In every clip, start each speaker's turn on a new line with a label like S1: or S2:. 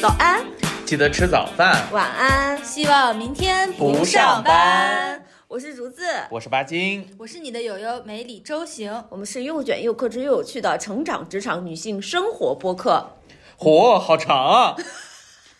S1: 早安，
S2: 记得吃早饭。
S1: 晚安，
S3: 希望明天
S2: 不上班。
S1: 我是竹子，
S2: 我是巴金，
S3: 我是你的友友梅里周行，
S1: 我们是又卷又克制又有趣的成长职场女性生活播客。
S2: 嚯，好长啊！
S1: 哎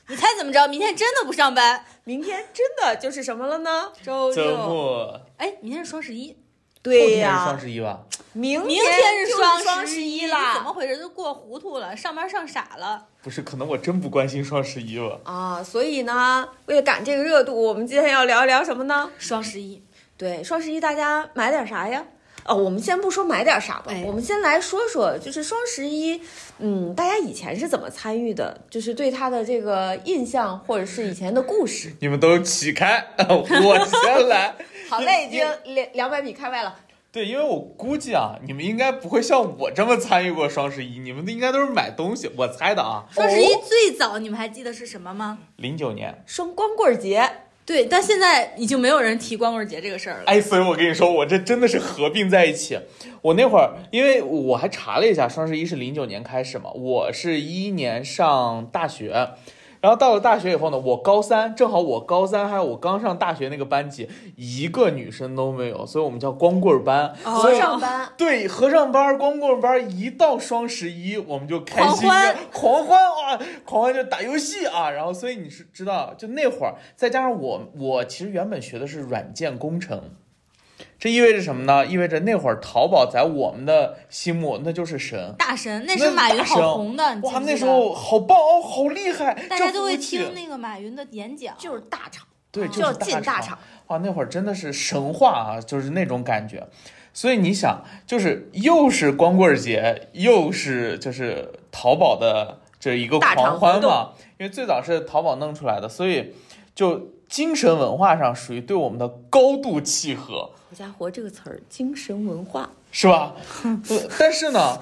S3: 你猜怎么着？明天真的不上班，
S1: 明天真的就是什么了呢？
S3: 周
S2: 周
S3: 六。
S2: 末，
S3: 哎，明天是双十一，
S2: 后
S1: 对
S2: 天
S1: 呀、
S2: 是双十一吧？
S1: 明
S3: 明
S1: 天
S3: 是
S1: 就是
S3: 双
S1: 十
S3: 一
S1: 啦！
S3: 怎么回事？都过糊涂了，上班上傻了。
S2: 不是，可能我真不关心双十一了。
S1: 啊，所以呢，为了赶这个热度，我们今天要聊一聊什么呢？
S3: 双十一，
S1: 对，双十一大家买点啥呀？哦，我们先不说买点啥吧，
S3: 哎
S1: 我们先来说说，就是双十一，嗯，大家以前是怎么参与的？就是对它的这个印象，或者是以前的故事。
S2: 你们都起开， 我先来。
S1: 好
S2: 因
S1: 嘞，已
S2: 因
S1: 经两两百米开外了。
S2: 对，因为我估计啊，你们应该不会像我这么参与过双十一，你们应该都是买东西。我猜的啊，
S3: 双十一
S1: 哦
S3: 最早你们还记得是什么吗？
S2: 零九年。
S1: 双光棍节，
S3: 对，但现在已经没有人提光棍节这个事儿了。
S2: 哎，所以我跟你说，我这真的是合并在一起。我那会儿，因为我还查了一下，双十一是零九年开始嘛，我是一一年上大学，然后到了大学以后呢，我高三，正好我高三还有我刚上大学那个班级，一个女生都没有，所以我们叫光棍儿班。
S3: 哦
S2: 所以
S1: 上班，
S2: 对，合唱班、光棍班一到双十一，我们就开心
S3: 狂欢
S2: 的狂欢啊，狂欢就打游戏啊，然后所以你是知道，就那会儿，再加上我，我其实原本学的是软件工程。这意味着什么呢？意味着那会儿淘宝在我们的心目那就是神，
S3: 大神，那是马云好红的，你记
S2: 哇，
S3: 不记得
S2: 那时候好棒哦，好厉害！
S3: 大
S2: 这
S3: 家都
S2: 服务
S3: 会
S2: 器
S3: 听那个马云的演讲，
S1: 就是大厂，
S2: 对，
S1: 就
S2: 就是
S1: 要进大
S2: 厂
S1: 厂。
S2: 哇，啊那会儿真的是神话啊，就是那种感觉。所以你想，就是又是光棍节，又是就是淘宝的这一个
S1: 大厂
S2: 狂欢
S1: 活动
S2: 嘛，因为最早是淘宝弄出来的，所以就精神文化上属于对我们的高度契合，
S1: 好家伙，这个词儿，精神文化。
S2: 是吧？呃但是呢，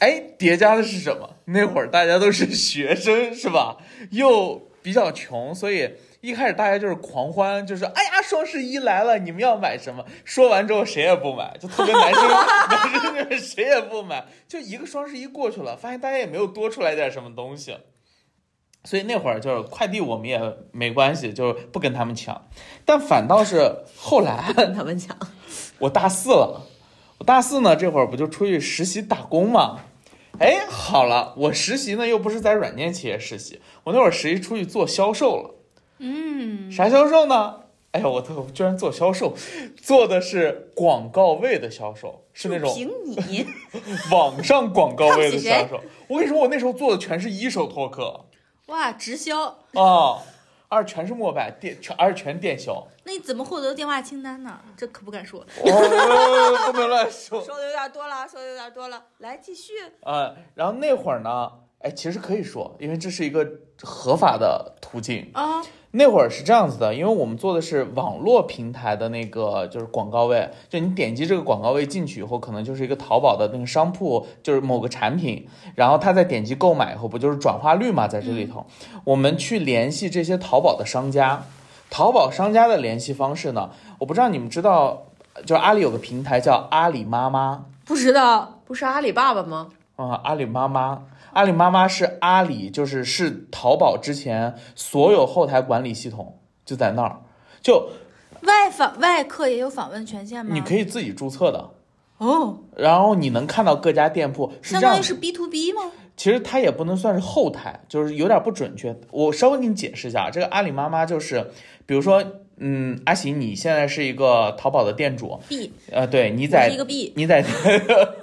S2: 哎，叠加的是什么？那会儿大家都是学生，是吧？又比较穷，所以一开始大家就是狂欢，就是哎呀，双十一来了，你们要买什么？说完之后谁也不买，就特别男 生，男生就是谁也不买。就一个双十一过去了，发现大家也没有多出来点什么东西。所以那会儿就是快递，我们也没关系，就是不跟他们抢。但反倒是后来，
S1: 跟他们讲，
S2: 我大四了，我大四呢，这会儿不就出去实习打工嘛？哎，好了，我实习呢又不是在软件企业实习，我那会儿实习出去做销售了。
S3: 嗯，
S2: 啥销售呢？哎呀，我特居然做销售，做的是广告位的销售，是那
S1: 就
S2: 种
S1: 凭 你，
S2: 网上广告位的销
S3: 看
S2: 售。我跟你说，我那时候做的全是一手拓客
S3: 哇，直销，
S2: 啊，二全是陌拜电，全二全电销。
S3: 那你怎么获得电话清单呢？这可不敢说。
S2: 哦，不能乱说。
S1: 说的有点多了，说的有点多了，来继续。
S2: 呃，然后那会儿呢，哎，其实可以说，因为这是一个合法的途径。
S3: 啊、
S2: 那会儿是这样子的，因为我们做的是网络平台的那个就是广告位，就你点击这个广告位进去以后，可能就是一个淘宝的那个商铺，就是某个产品，然后他再点击购买以后，不就是转化率嘛，在这里头，我们去联系这些淘宝的商家，淘宝商家的联系方式呢，我不知道你们知道，就是阿里有个平台叫阿里妈妈。
S3: 不知道，
S1: 不是阿里爸爸吗？
S2: 啊、阿里妈妈，阿里妈妈是阿里，就是是淘宝之前所有后台管理系统就在那儿，就
S3: 外访外客也有访问权限吗？
S2: 你可
S3: 以
S2: 以自己注册的，
S3: 哦，
S2: 然后你能看到各家店铺是
S3: 相
S2: 这
S3: 当
S2: 样
S3: 于
S2: 的。
S3: 是 B to B 吗？
S2: 其实它也不能算是后台，就是有点不准确。我稍微给你解释一下，啊这个阿里妈妈就是，比如说，嗯，阿喜，你现在是一个淘宝的店主，
S3: B，
S2: 呃，对你
S3: 我
S2: 在
S3: 是一个 B，
S2: 你在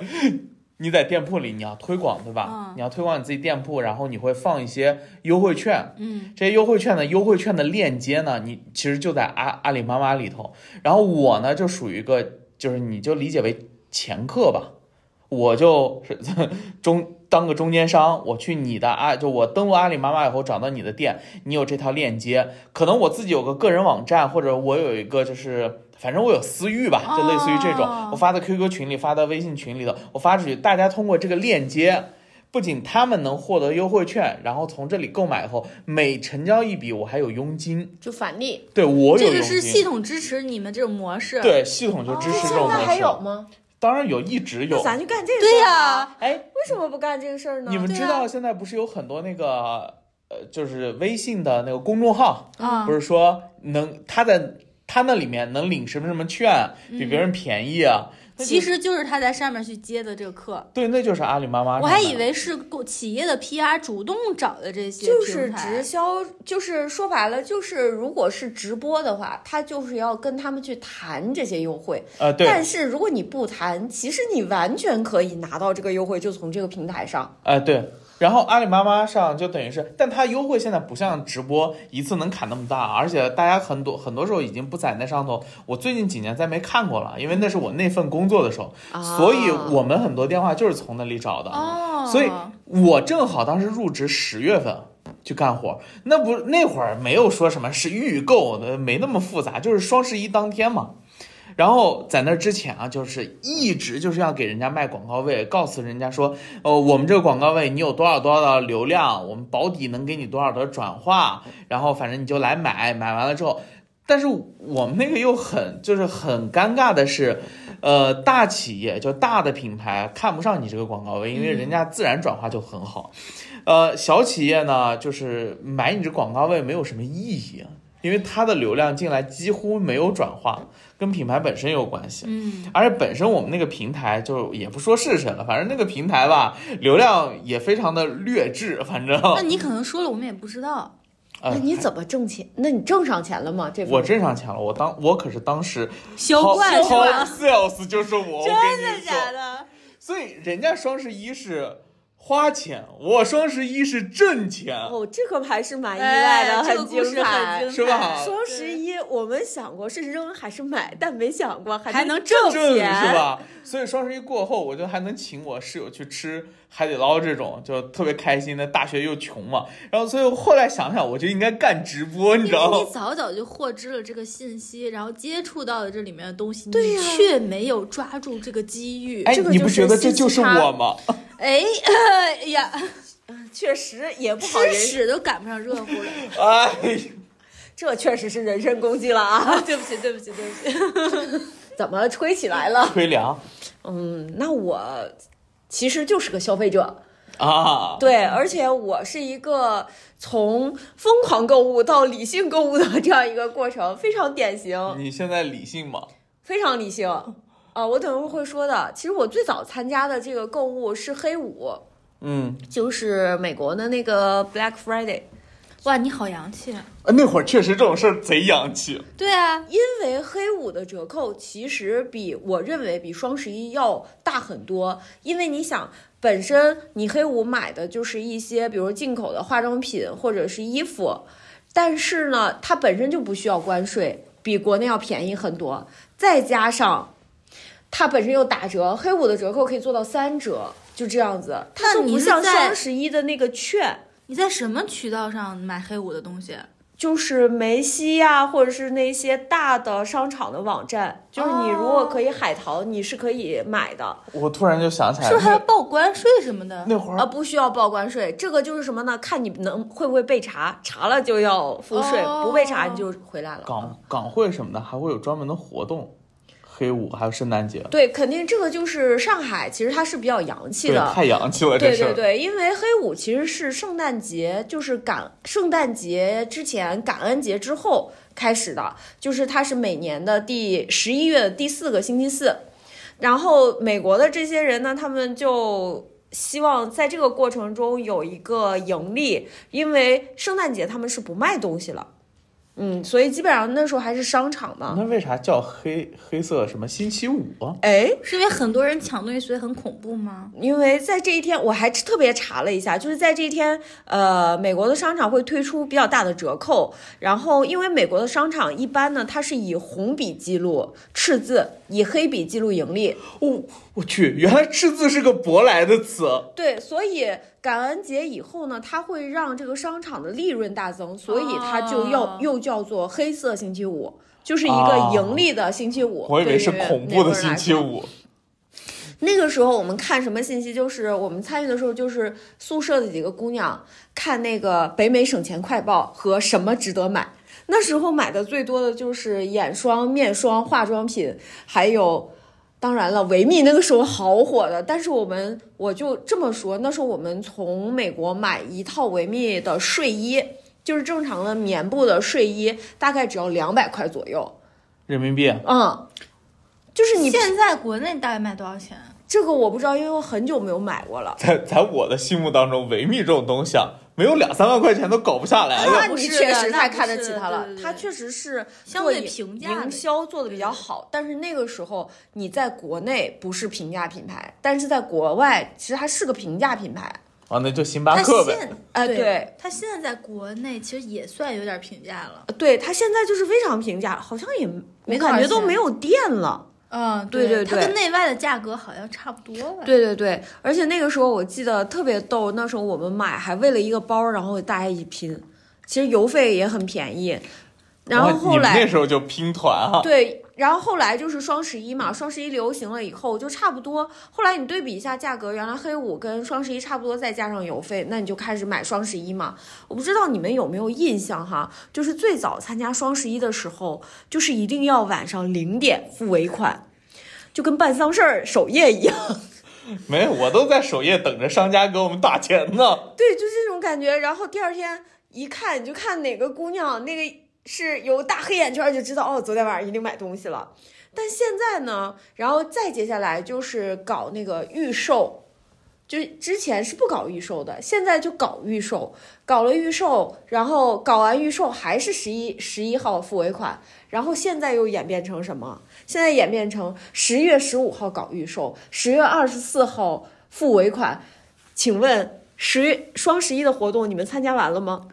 S2: 你在店铺里你要推广对吧？
S3: 嗯
S2: 你要推广你自己店铺，然后你会放一些优惠券，
S3: 嗯，
S2: 这些优惠券的优惠券的链接呢，你其实就在阿阿里妈妈里头。然后我呢就属于一个，就是你就理解为前客吧，我就是 中当个中间商，我去你的阿，就我登录阿里妈妈以后找到你的店，你有这条链接，可能我自己有个个人网站，或者我有一个就是。反正我有私域吧，就类似于这种，
S3: 哦
S2: 我发到 QQ 群里，发到微信群里头，我发出去，大家通过这个链接，不仅他们能获得优惠券，然后从这里购买后，每成交一笔我还有佣金，
S1: 就返利，
S2: 对我有
S3: 这
S2: 佣金。
S3: 个是系统支持你们这种模式。
S2: 对系统就支持这
S1: 现
S2: 种模
S1: 在
S2: 式。
S1: 还有吗？
S2: 当然有，一直有
S1: 那。咱就嗯干这个事儿
S3: 对
S1: 吧
S3: 呀、
S2: 哎，
S1: 为什么不干这个事儿呢？
S2: 你们
S3: 对
S2: 知
S3: 啊
S2: 道现在不是有很多那个呃，就是微信的那个公众号，
S3: 啊，
S2: 不是说能他在他那里面能领什么什么券，比别人便宜啊？那就
S3: 其实就是他在上面去接的这个课。
S2: 对，那就是阿里妈妈上
S3: 我
S2: 的。
S3: 还以为是公企业的 PR 主动找的这些
S1: 就是
S3: 平台
S1: 直销，就是说白了，就是如果是直播的话，他就是要跟他们去谈这些优惠。
S2: 呃，
S1: 但
S2: 对，
S1: 是如果你不谈，其实你完全可以拿到这个优惠，就从这个平台上。
S2: 呃，对。然后阿里妈妈上就等于是，但它优惠现在不像直播一次能砍那么大，而且大家很多很多时候已经不在那上头。我最近几年再没看过了，因为那是我那份工作的时候，所以我们很多电话就是从那里找的。
S3: 哦，
S2: 所以我正好当时入职十月份去干活，那不那会儿没有说什么是预购的，没那么复杂，就是双十一当天嘛。然后在那之前啊，就是一直就是要给人家卖广告位，告诉人家说，呃，我们这个广告位你有多少多少的流量，我们保底能给你多少的转化，然后反正你就来买，买完了之后，但是我们那个又很就是很尴尬的是，呃，大企业就大的品牌看不上你这个广告位，因
S3: 嗯
S2: 为人家自然转化就很好，呃，小企业呢就是买你这广告位没有什么意义。因为它的流量进来几乎没有转化，跟品牌本身有关系。
S3: 嗯，
S2: 而且本身我们那个平台就也不说是谁了，反正那个平台吧，流量也非常的劣质，反正
S3: 那你可能说了，我们也不知道。
S1: 那
S2: 呃，
S1: 哎你怎么挣钱？那你挣上钱了吗？这份
S2: 我挣上钱了，我当我可是当时
S3: 销冠是
S2: top
S3: 吧？
S2: sales 就是我，
S3: 真
S2: 真
S3: 的假？的？
S2: 所以人家双十一是花钱，我双十一是挣钱，
S1: 哦，这个还是蛮意外的，
S3: 哎这个
S1: 很
S3: 故
S1: 精
S3: 事
S1: 彩。
S3: 很
S2: 是
S3: 精
S2: 吧
S3: 彩。
S1: 双十一我们想过是扔还是买，但没想过还
S3: 还
S1: 能
S3: 能挣
S2: 挣是
S3: 钱？
S2: 吧？所以双十一过后，我就还能请我室友去吃海底捞这种，就特别开心的。大学又穷嘛，然后所以后来想想，我就应该干直播，你
S3: 因
S2: 知道
S3: 为
S2: 吗
S3: 你？早早就获知了这个信息，然后接触到了这里面的东西，
S1: 对
S3: 你
S1: 呀
S3: 却没有抓住这个机遇。
S2: 哎
S1: 这，个
S2: 你不
S1: 就是
S2: 觉得这
S1: 信息
S2: 就是
S1: 差
S2: 我吗？
S3: 哎，哎呀，
S1: 确实也 不好
S3: 吃
S1: 人，
S3: 屎都赶不上热乎了。
S2: 哎，
S1: 这确实是人身攻击了 啊！
S3: 对不起，对不起，对不起。
S1: 怎么吹起来了？
S2: 吹凉
S1: 嗯，那我其实就是个消费者，
S2: 啊！
S1: 对，而且我是一个从疯狂购物到理性购物的这 样一个过程，非常典型，
S2: 你现在理性吗？
S1: 非常理性。啊，我等一会儿会说的。其实我最早参加的这个购物是黑五，
S2: 嗯，
S1: 就是美国的那个 Black Friday。
S3: 哇，你好洋气啊！
S2: 呃那会儿确实这种事儿贼洋气。
S3: 对啊，
S1: 因为黑五的折扣其实比我认为比双十一要大很多，因为你想，本身你黑五买的就是一些比如进口的化妆品或者是衣服，但是呢，它本身就不需要关税，比国内要便宜很多，再加上它本身又打折，黑五的折扣可以做到三折，就这样子，它
S3: 那
S1: 就
S3: 你
S1: 不
S3: 是
S1: 像
S3: 在
S1: 双十一的那个券。
S3: 你在什么渠道上买黑五的东西？
S1: 就是梅西呀、或者是那些大的商场的网站，就是你如果可以海淘，你是可以买的，
S2: 我突然就想起来
S3: 是不是还要
S2: 了，
S3: 报关税什么的？
S2: 那那会
S1: 啊，
S2: 儿
S1: 不需要报关税。这个就是什么呢？看你能会不会被查，查了就要付税，
S3: 哦
S1: 不被查你就回来了。
S2: 港港汇什么的还会有专门的活动，黑五还有圣诞节，
S1: 对，肯定这个就是上海，其实它是比较洋气
S2: 对，
S1: 的。
S2: 太洋气了这
S1: 对
S2: 事
S1: 对
S2: 儿。
S1: 对，因为黑五其实是圣诞节，就是感圣诞节之前、感恩节之后开始的，就是它是每年的第十一月的第四个星期四。然后美国的这些人呢，他们就希望在这个过程中有一个盈利，因为圣诞节他们是不卖东西了。嗯，所以基本上那时候还是商场嘛。
S2: 那为啥叫黑黑色什么星期五啊？
S1: 哎，
S3: 是因为很多人抢东西，所以很恐怖吗？
S1: 因为在这一天，我还特别查了一下，就是在这一天，呃，美国的商场会推出比较大的折扣。然后，因为美国的商场一般呢，它是以红笔记录赤字，以黑笔记录盈利。
S2: 哦，我去，原来赤字是个舶来的词。
S1: 对，所以感恩节以后呢，它会让这个商场的利润大增，所以它就要、
S3: 哦
S1: 又叫做黑色星期五，就是一个盈利的星期五。
S2: 哦我以为是
S1: 对于
S2: 恐
S1: 美
S2: 怖
S1: 国
S2: 的
S1: 人来
S2: 星期
S1: 说
S2: 五。
S1: 那个时候我们看什么信息？就是我们参与的时候，就是宿舍的几个姑娘看那个《北美省钱快报》和什么值得买。那时候买的最多的就是眼霜、面霜、化妆品，还有当然了，维密那个时候好火的，但是我们我就这么说，那时候我们从美国买一套维密的睡衣，就是正常的棉布的睡衣，大概只要两百块左右。
S2: 人民币啊
S1: 嗯，就是你
S3: 现在国内大概卖多少钱？
S1: 这个我不知道，因为我很久没有买过了。
S2: 在在我的心目当中，维密这种东西啊，没有两三万块钱都搞不下来
S1: 那
S2: 的。
S3: 不
S1: 你
S3: 是的
S1: 确实
S3: 那
S1: 太
S3: 不
S1: 看得
S3: 是
S1: 起它了
S3: 对对，对
S1: 它确实是
S3: 相
S1: 做
S3: 对
S1: 营
S3: 平价的
S1: 营销做的比较好。但是那个时候你在国内不是平价品牌，但是在国外其实它是个平价品牌。
S2: 啊，那就星巴
S3: 它
S2: 克呗。
S3: 现呃
S1: 哎对
S3: 啊对，它现在在国内其实也算有点平价了。
S1: 呃对，它现在就是非常平价，好像也我
S3: 没多少
S1: 感觉都
S3: 钱
S1: 没有店了。
S3: 嗯，
S1: 对对
S3: 它
S1: 对
S3: 跟内外的价格好像差不多吧？
S1: 对对对，而且那个时候我记得特别逗，那时候我们买还为了一个包，然后大家一起拼，其实邮费也很便宜。然后
S2: 哇
S1: 后
S2: 哦你
S1: 来
S2: 们那时候就拼团哈、
S1: 对，然后后来就是双十一嘛，双十一流行了以后就差不多。后来你对比一下价格，原来黑五跟双十一差不多，再加上邮费，那你就开始买双十一嘛。我不知道你们有没有印象哈，就是最早参加双十一的时候，就是一定要晚上零点付尾款，就跟办丧事儿守夜一样。
S2: 没有，我都在首页等着商家给我们打钱呢。
S1: 对，就这种感觉。然后第二天一看，你就看哪个姑娘那个是有大黑眼圈儿，就知道哦，昨天晚上一定买东西了。但现在呢，然后再接下来就是搞那个预售，就之前是不搞预售的，现在就搞预售，搞了预售，然后搞完预售还是十一十一号付尾款，然后现在又演变成什么？现在演变成十月十五号搞预售，十月二十四号付尾款。请问十双十一的活动你们参加完了吗？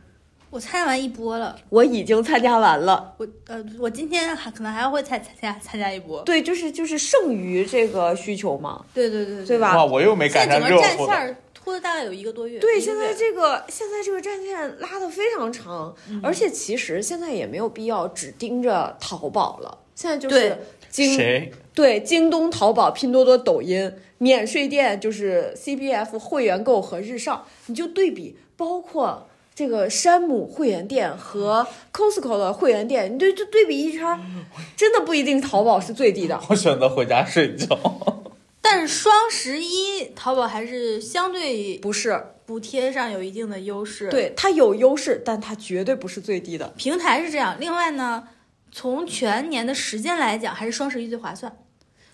S3: 我参加完一波了，
S1: 我已经参加完了。
S3: 我呃，我今天还可能还会再参加参加一波。
S1: 对，就是就是剩余这个需求嘛，
S3: 对对对
S1: 对？吧？
S2: 哇，我又没
S3: 啊现
S2: 赶
S3: 在
S2: 上
S3: 整
S2: 热
S3: 个战
S2: 乎
S3: 线
S2: 的。
S3: 儿拖了大概有一个多月。
S1: 对，
S3: 一个
S1: 现在
S3: 月
S1: 这个现在这个战线拉得非常长，而且其实现在也没有必要只盯着淘宝了，现在就是
S3: 对
S1: 京
S2: 谁？
S1: 对京东、淘宝、拼多多、抖音免税店，就是 CBF 会员购和日上，你就对比，包括这个山姆会员店和 Costco 的会员店，你对就对比一圈儿，真的不一定淘宝是最低 的。
S2: 我选择回家睡 觉。
S3: 但是双十一淘宝还是相对
S1: 不是，
S3: 补贴上有一定的优势。，
S1: 对它有优势，但它绝对不是最低的。
S3: 平台是这样。另外呢，从全年的时间来讲，还是双十一最划算。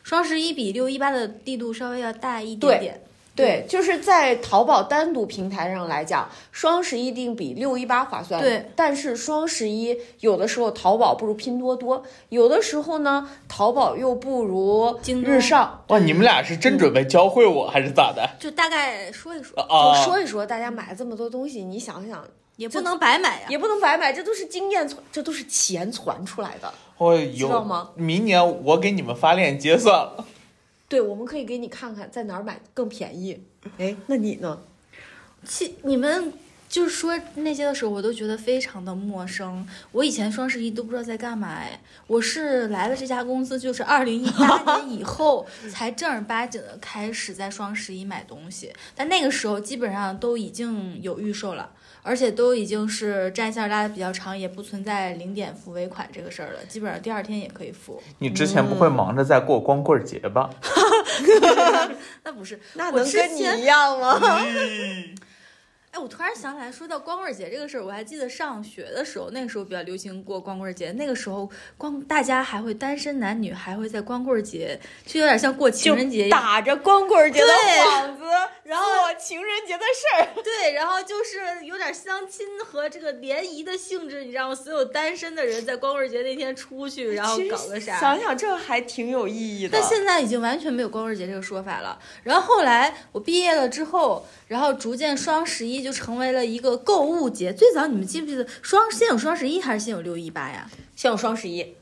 S3: 双十一比六一八的力度稍微要大一点
S1: 对
S3: 点。
S1: 对，就是在淘宝单独平台上来讲，双十一定比六一八划算。
S3: 对，
S1: 但是双十一有的时候淘宝不如拼多多，有的时候呢，淘宝又不如
S3: 京东
S1: 日上。
S2: 哇，你们俩是真准备教会我还是咋的？
S3: 就大概说一说，
S1: 就
S2: 啊，
S1: 说一说，大家买了这么多东西，你想想，
S3: 也不能白买呀。
S1: 也不能白买，这都是经验存，这都是钱攒出来的。
S2: 我
S1: 知道
S2: 哦有
S1: 吗。
S2: 明年我给你们发链接算了。
S1: 对，我们可以给你看看在哪儿买更便宜。哎，那你呢？
S3: 其你们就是说那些的时候，我都觉得非常的陌生。我以前双十一都不知道在干嘛哎，我是来了这家公司，就是二零一 八年以后才正儿八经的开始在双十一买东西，但那个时候基本上都已经有预售了。而且都已经是战线拉的比较长，也不存在零点付尾款这个事儿了，基本上第二天也可以付。
S2: 你之前不会忙着在过光棍节吧？
S3: 那不是，
S1: 那
S3: 我
S1: 能
S3: 之
S1: 跟你
S3: 前
S1: 一样吗？
S3: 哎，我突然想起来，说到光棍节这个事儿，我还记得上学的时候，那个时候比较流行过光棍节。那个时候光大家还会单身男女还会在光棍节，就有点像过情人节一样。
S1: 打着光棍节的
S3: 对
S1: 幌子，然后我情人节的事儿。
S3: 对，然后就是有点相亲和这个联谊的性质，你知道吗？所有单身的人在光棍节那天出去，然后
S1: 其实
S3: 搞个啥？
S1: 想想这还挺有意义的。
S3: 但现在已经完全没有光棍节这个说法了。然后后来我毕业了之后，然后逐渐双十一就成为了一个购物节。最早你们记不记得双先有双十一还是先有六一八呀？
S1: 像有双十一，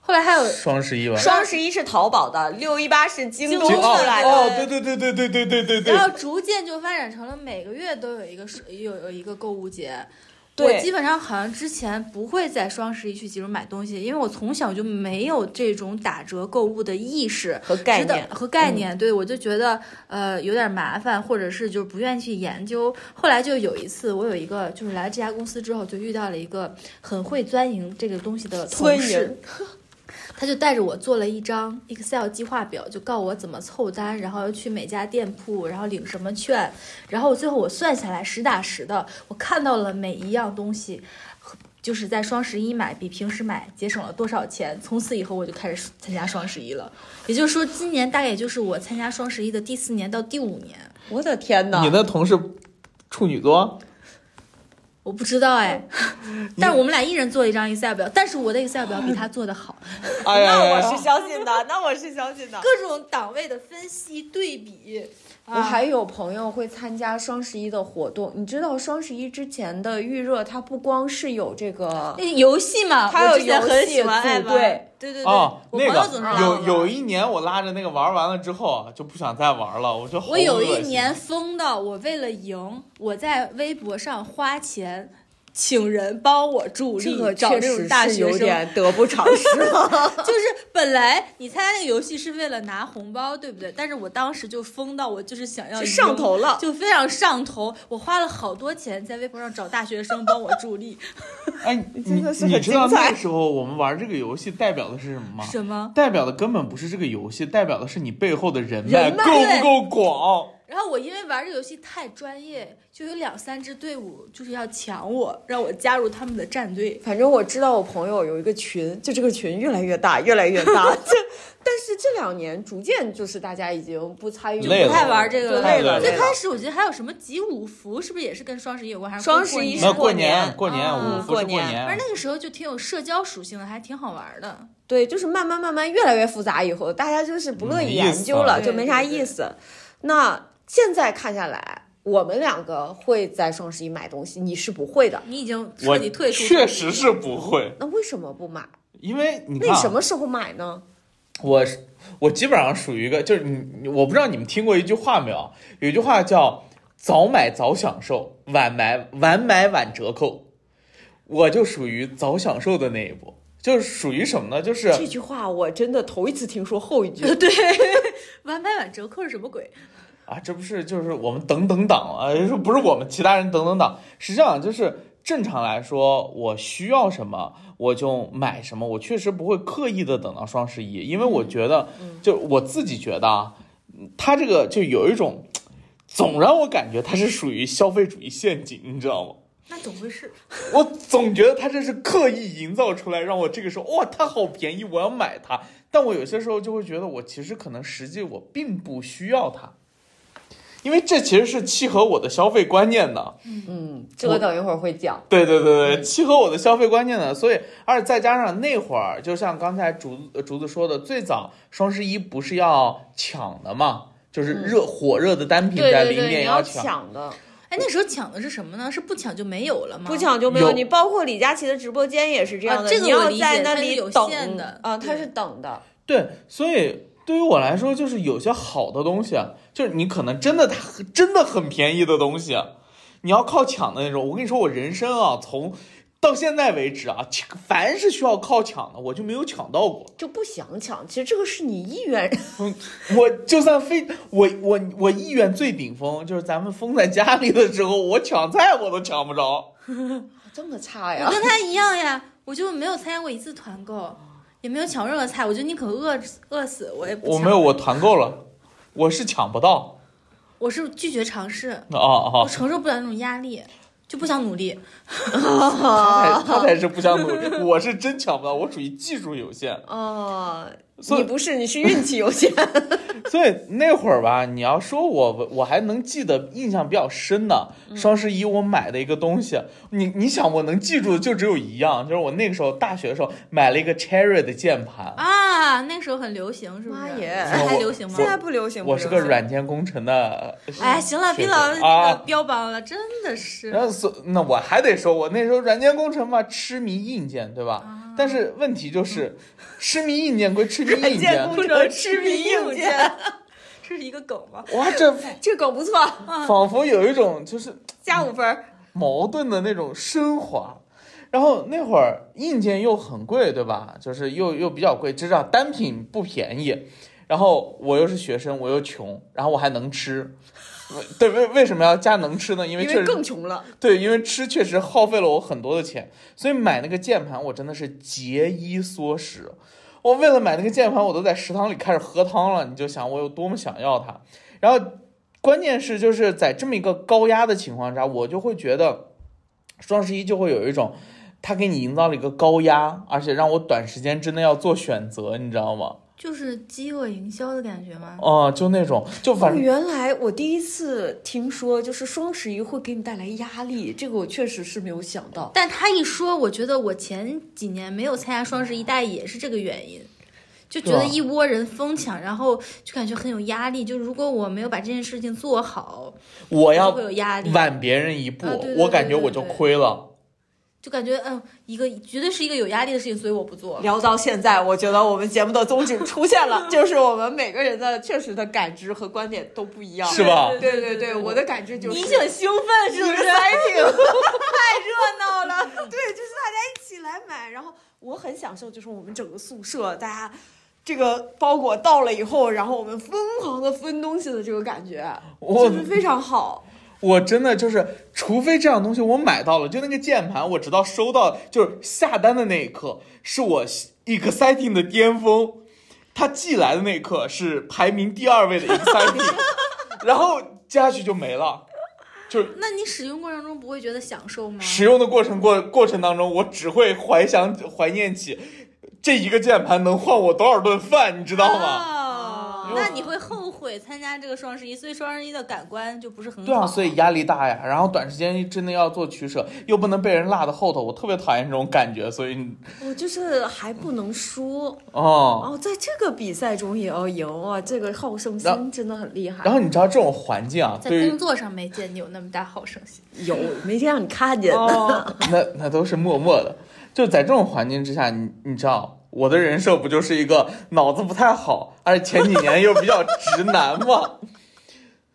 S3: 后来还有
S2: 双十一吧。
S1: 双十一是淘宝的，六一八是京东
S3: 京东
S1: 出来的。
S2: 哦，对对对对对对对对对
S3: 然。后逐渐就发展成了每个月都有一个是有有一个购物节。我
S1: 对
S3: 基本上好像之前不会在双十一去集中买东西，因为我从小就没有这种打折购物的意识
S1: 和概
S3: 直到
S1: 念嗯
S3: 和概念。对我就觉得呃有点麻烦，或者是就是不愿意去研究。后来就有一次，我有一个就是来这家公司之后，就遇到了一个很会钻营这个东西的
S1: 钻
S3: 同事
S1: 营。
S3: 他就带着我做了一张 Excel 计划表，就告我怎么凑单，然后要去每家店铺，然后领什么券，然后最后我算下来实打实的，我看到了每一样东西。就是在双十一买比平时买节省了多少钱，从此以后我就开始参加双十一了。也就是说，今年大概也就是我参加双十一的第四年到第五年，
S1: 我的天哪！
S2: 你的同事处女座，
S3: 我不知道哎。 但是我们俩一人做一张 Excel 表，但是我的 Excel 表比他做的好，啊
S2: 哎呀
S1: 那
S2: 呀
S1: 我
S2: 呀
S1: 是相信的，那我是相信的。
S3: 各种档位的分析对比。
S1: 我还有朋友会参加双十一的活动，你知道双十一之前的预热，它不光是有这个，
S3: 那游戏嘛，
S1: 它有
S3: 我之前很喜欢
S1: 游戏
S3: 爱
S1: 组
S3: 玩
S1: 队
S3: 对对对，
S2: 哦，
S3: 我朋
S2: 那
S3: 友总
S2: 个
S3: 是拉我
S2: 有
S3: 玩
S2: 有一年我拉着那个玩完了之后就不想再玩了，我就好
S3: 我有
S2: 恶
S3: 一
S2: 心
S3: 年疯到，我为了赢，我在微博上花钱请人帮我助力，
S1: 这个
S3: 找
S1: 确
S3: 这种
S1: 实
S3: 大
S1: 是
S3: 学
S1: 有
S3: 生。
S1: 点得不偿失了。
S3: 就是本来你参加那个游戏是为了拿红包，对不对？但是我当时就疯到我就是想要
S1: 就
S3: 赢
S1: 上头了
S3: 就非常上头。我花了好多钱在微博上找大学生帮我助力，
S2: 哎，你
S1: 真的是
S2: 你
S1: 很
S2: 知道
S1: 精彩
S2: 那时候我们玩这个游戏代表的是什么吗？
S3: 什么？
S2: 代表的根本不是这个游戏，代表的是你背后的人脉
S3: 人脉
S2: 够
S3: 对
S2: 不够广。
S3: 然后我因为玩这游戏太专业，就有两三支队伍就是要抢我，让我加入他们的战队。
S1: 反正我知道我朋友有一个群，就这个群越来越大，越来越大。 这但是这两年逐渐就是大家已经不参与，
S2: 累了
S1: 不太玩这个
S2: 太累了
S1: 最
S3: 最
S1: 开
S3: 开
S1: 始
S3: 始我觉得还有什么集五福，是不是也是跟双十一有关？还是
S1: 双
S3: 跟过
S1: 十一
S3: 年
S1: 是
S2: 那过
S1: 年
S2: 过年，
S3: 嗯
S2: 我不
S1: 过
S2: 是
S1: 年
S3: 反
S2: 年
S3: 正，那个时候就挺有社交属性的，还挺好玩的。
S1: 对，就是慢慢慢慢越来越复杂，以后大家就是不乐
S2: 没
S1: 意
S2: 意
S1: 研
S2: 思
S1: 究了，
S2: 了
S1: 就没啥意思。那现在看下来，我们两个会在双十一买东西，你是不会的。
S3: 你已经彻
S2: 我
S3: 底退出，
S2: 确实是不会，
S1: 那为什么不买？
S2: 因为你
S1: 那
S2: 看
S1: 你什
S2: 啊，
S1: 么时候买呢？
S2: 我是我基本上属于一个，就是你，我不知道你们听过一句话没有？有一句话叫“早买早享受，晚买晚买晚折扣”，我就属于早享受的那一步，就是属于什么呢？就是
S1: 这句话我真的头一次听说后一句。
S3: 对，晚买晚折扣是什么鬼？
S2: 啊，这不是就是我们等等党啊，说不是我们其他人等等党，实际上就是正常来说，我需要什么我就买什么，我确实不会刻意的等到双十一，因为我觉得，就我自己觉得啊，他这个就有一种，总让我感觉它是属于消费主义陷阱，你知道吗？
S3: 那总会是
S2: 我总觉得他这是刻意营造出来，让我这个时候哇，它好便宜，我要买它。但我有些时候就会觉得，我其实可能实际我并不需要它，因为这其实是契合我的消费观念的。
S1: 嗯，这个等一会儿会讲。
S2: 对对对对，契合我的消费观念的。所以，而且再加上那会儿，就像刚才竹子竹子说的，最早双十一不是要抢的嘛，就是热、火热的单品
S1: 对
S2: 在
S1: 嗯对
S2: 零
S1: 对，
S2: 点
S1: 你要
S2: 抢。
S1: 抢的，
S3: 哎，那时候抢的是什么呢？是不抢就没有了吗？
S1: 不抢就没有。
S2: 有
S1: 你包括李佳琦的直播间也是这样的，
S3: 啊这个
S1: 你
S3: 我
S1: 要
S3: 理解
S1: 在那
S3: 它是
S1: 里
S3: 有
S1: 等
S3: 限的
S1: 啊，
S3: 对
S1: 它是等的。
S2: 对，所以对于我来说，就是有些好的东西，啊就是你可能真的它真的很便宜的东西，啊你要靠抢的那种。我跟你说，我人生啊，从到现在为止啊，抢凡是需要靠抢的，我就没有抢到过。
S1: 就不想抢，其实这个是你意愿。
S2: 我就算非我我我意愿最顶峰，就是咱们封在家里的时候，我抢菜我都抢不着。
S1: 这么差呀
S3: 我？跟他一样呀，我就没有参加过一次团购，也没有抢任何菜，我就宁可饿死饿死我也不
S2: 我
S3: 抢
S2: 没有，，我团购了，我是抢不到。
S3: 我是拒绝尝试，
S2: 啊啊
S3: 我！承受不了那种压力，就不想努力。
S2: 他才他才是不想努力， 我是真抢不到，我属于技术有限。
S1: 哦，
S2: 所以
S1: 你不是，你是运气有限。
S2: 所以那会儿吧，你要说我，我还能记得印象比较深的双十一我买的一个东西，你你想我能记住的就只有一样，就是我那个时候大学的时候买了一个 Cherry 的键盘，
S3: 啊，那时候很流行，是不是？
S1: 妈耶
S3: 现在还流行吗？
S1: 现在不流行。
S2: 我
S1: 不
S2: 是
S1: 流
S2: 个
S1: 行，
S2: 软件工程的，
S3: 哎，行了，
S2: 学
S3: 别
S2: 者
S3: 老那
S2: 啊嗯
S3: 个标榜了，真的是
S2: 然。后所那我还得说，我那时候软件工程嘛，痴迷硬件，对吧？但是问题就是，痴迷硬件归痴迷硬件，
S1: 工 程痴迷硬件，
S3: 这是一个梗吗？
S2: 哇，这
S1: 这梗不错，
S2: 仿佛有一种就是
S1: 加五分
S2: 嗯
S1: 儿。
S2: 矛盾的那种升华。然后那会儿硬件又很贵，对吧？就是又又比较贵，至少单品不便宜。然后我又是学生，我又穷，然后我还能吃，对为为什么要加能吃呢？因为
S1: 因
S2: 确
S1: 为
S2: 实
S1: 更穷了，
S2: 对，因为吃确实耗费了我很多的钱，所以买那个键盘我真的是节衣缩食。我为了买那个键盘，我都在食堂里开始喝汤了。你就想我有多么想要它。然后关键是就是在这么一个高压的情况下，我就会觉得双十一就会有一种。他给你营造了一个高压，而且让我短时间之内要做选择，你知道吗？
S3: 就是饥饿营销的感觉吗？
S2: 哦、就那种，就反
S1: 哦，
S2: 正
S1: 原来我第一次听说，就是双十一会给你带来压力，这个我确实是没有想到。
S3: 但他一说，我觉得我前几年没有参加双十一，大概也是这个原因，就觉得
S2: 对啊
S3: 一窝人疯抢，然后就感觉很有压力。就如果我没有把这件事情做好，
S2: 我
S3: 就
S2: 要
S3: 会有压力，
S2: 晚别人一步，
S3: 啊对对
S2: 我
S3: 对
S2: 感觉
S3: 对
S2: 我就
S3: 对
S2: 亏了。
S3: 就感觉嗯，一个绝对是一个有压力的事情，所以我不做。
S1: 聊到现在，我觉得我们节目的宗旨出现 了，就是我们每个人的确实的感知和观点都不一样，
S2: 是吧
S1: 对对对对，我的感知就是
S3: 你挺兴奋是不是？
S1: exciting，太热闹了。 对，就是大家一起来买，然后我很享受，就是我们整个宿舍大家。这个包裹到了以后，然后我们疯狂的分东西的这个感觉，
S2: 我
S1: 就是非常好。
S2: 我真的就是，除非这样东西我买到了，就那个键盘，我直到收到就是下单的那一刻，是我 exciting 的巅峰。它寄来的那一刻是排名第二位的 exciting，然后接下去就没了。就是
S3: 那你使用过程中不会觉得享受吗？
S2: 使用的过程过过程当中，我只会怀想怀念起这一个键盘能换我多少顿饭，你知道吗？
S1: 啊
S3: 那你会后悔参加这个双十一，所以双十一的感官就不是很好。
S2: 对啊，所以压力大呀，然后短时间之内要做取舍，又不能被人落在后头，我特别讨厌这种感觉，所以，
S1: 我就是还不能输
S2: 哦，
S1: 哦，在这个比赛中也要赢哇！这个好胜
S2: 然
S1: 心真的很厉害。
S2: 然后你知道这种环境啊，
S3: 在
S2: 对于
S3: 工作上没见你有那么大好胜心，
S1: 有没天让你看见？
S2: 哦，那那都是默默的。就在这种环境之下，你你知道我的人设不就是一个脑子不太好，而且前几年又比较直男嘛，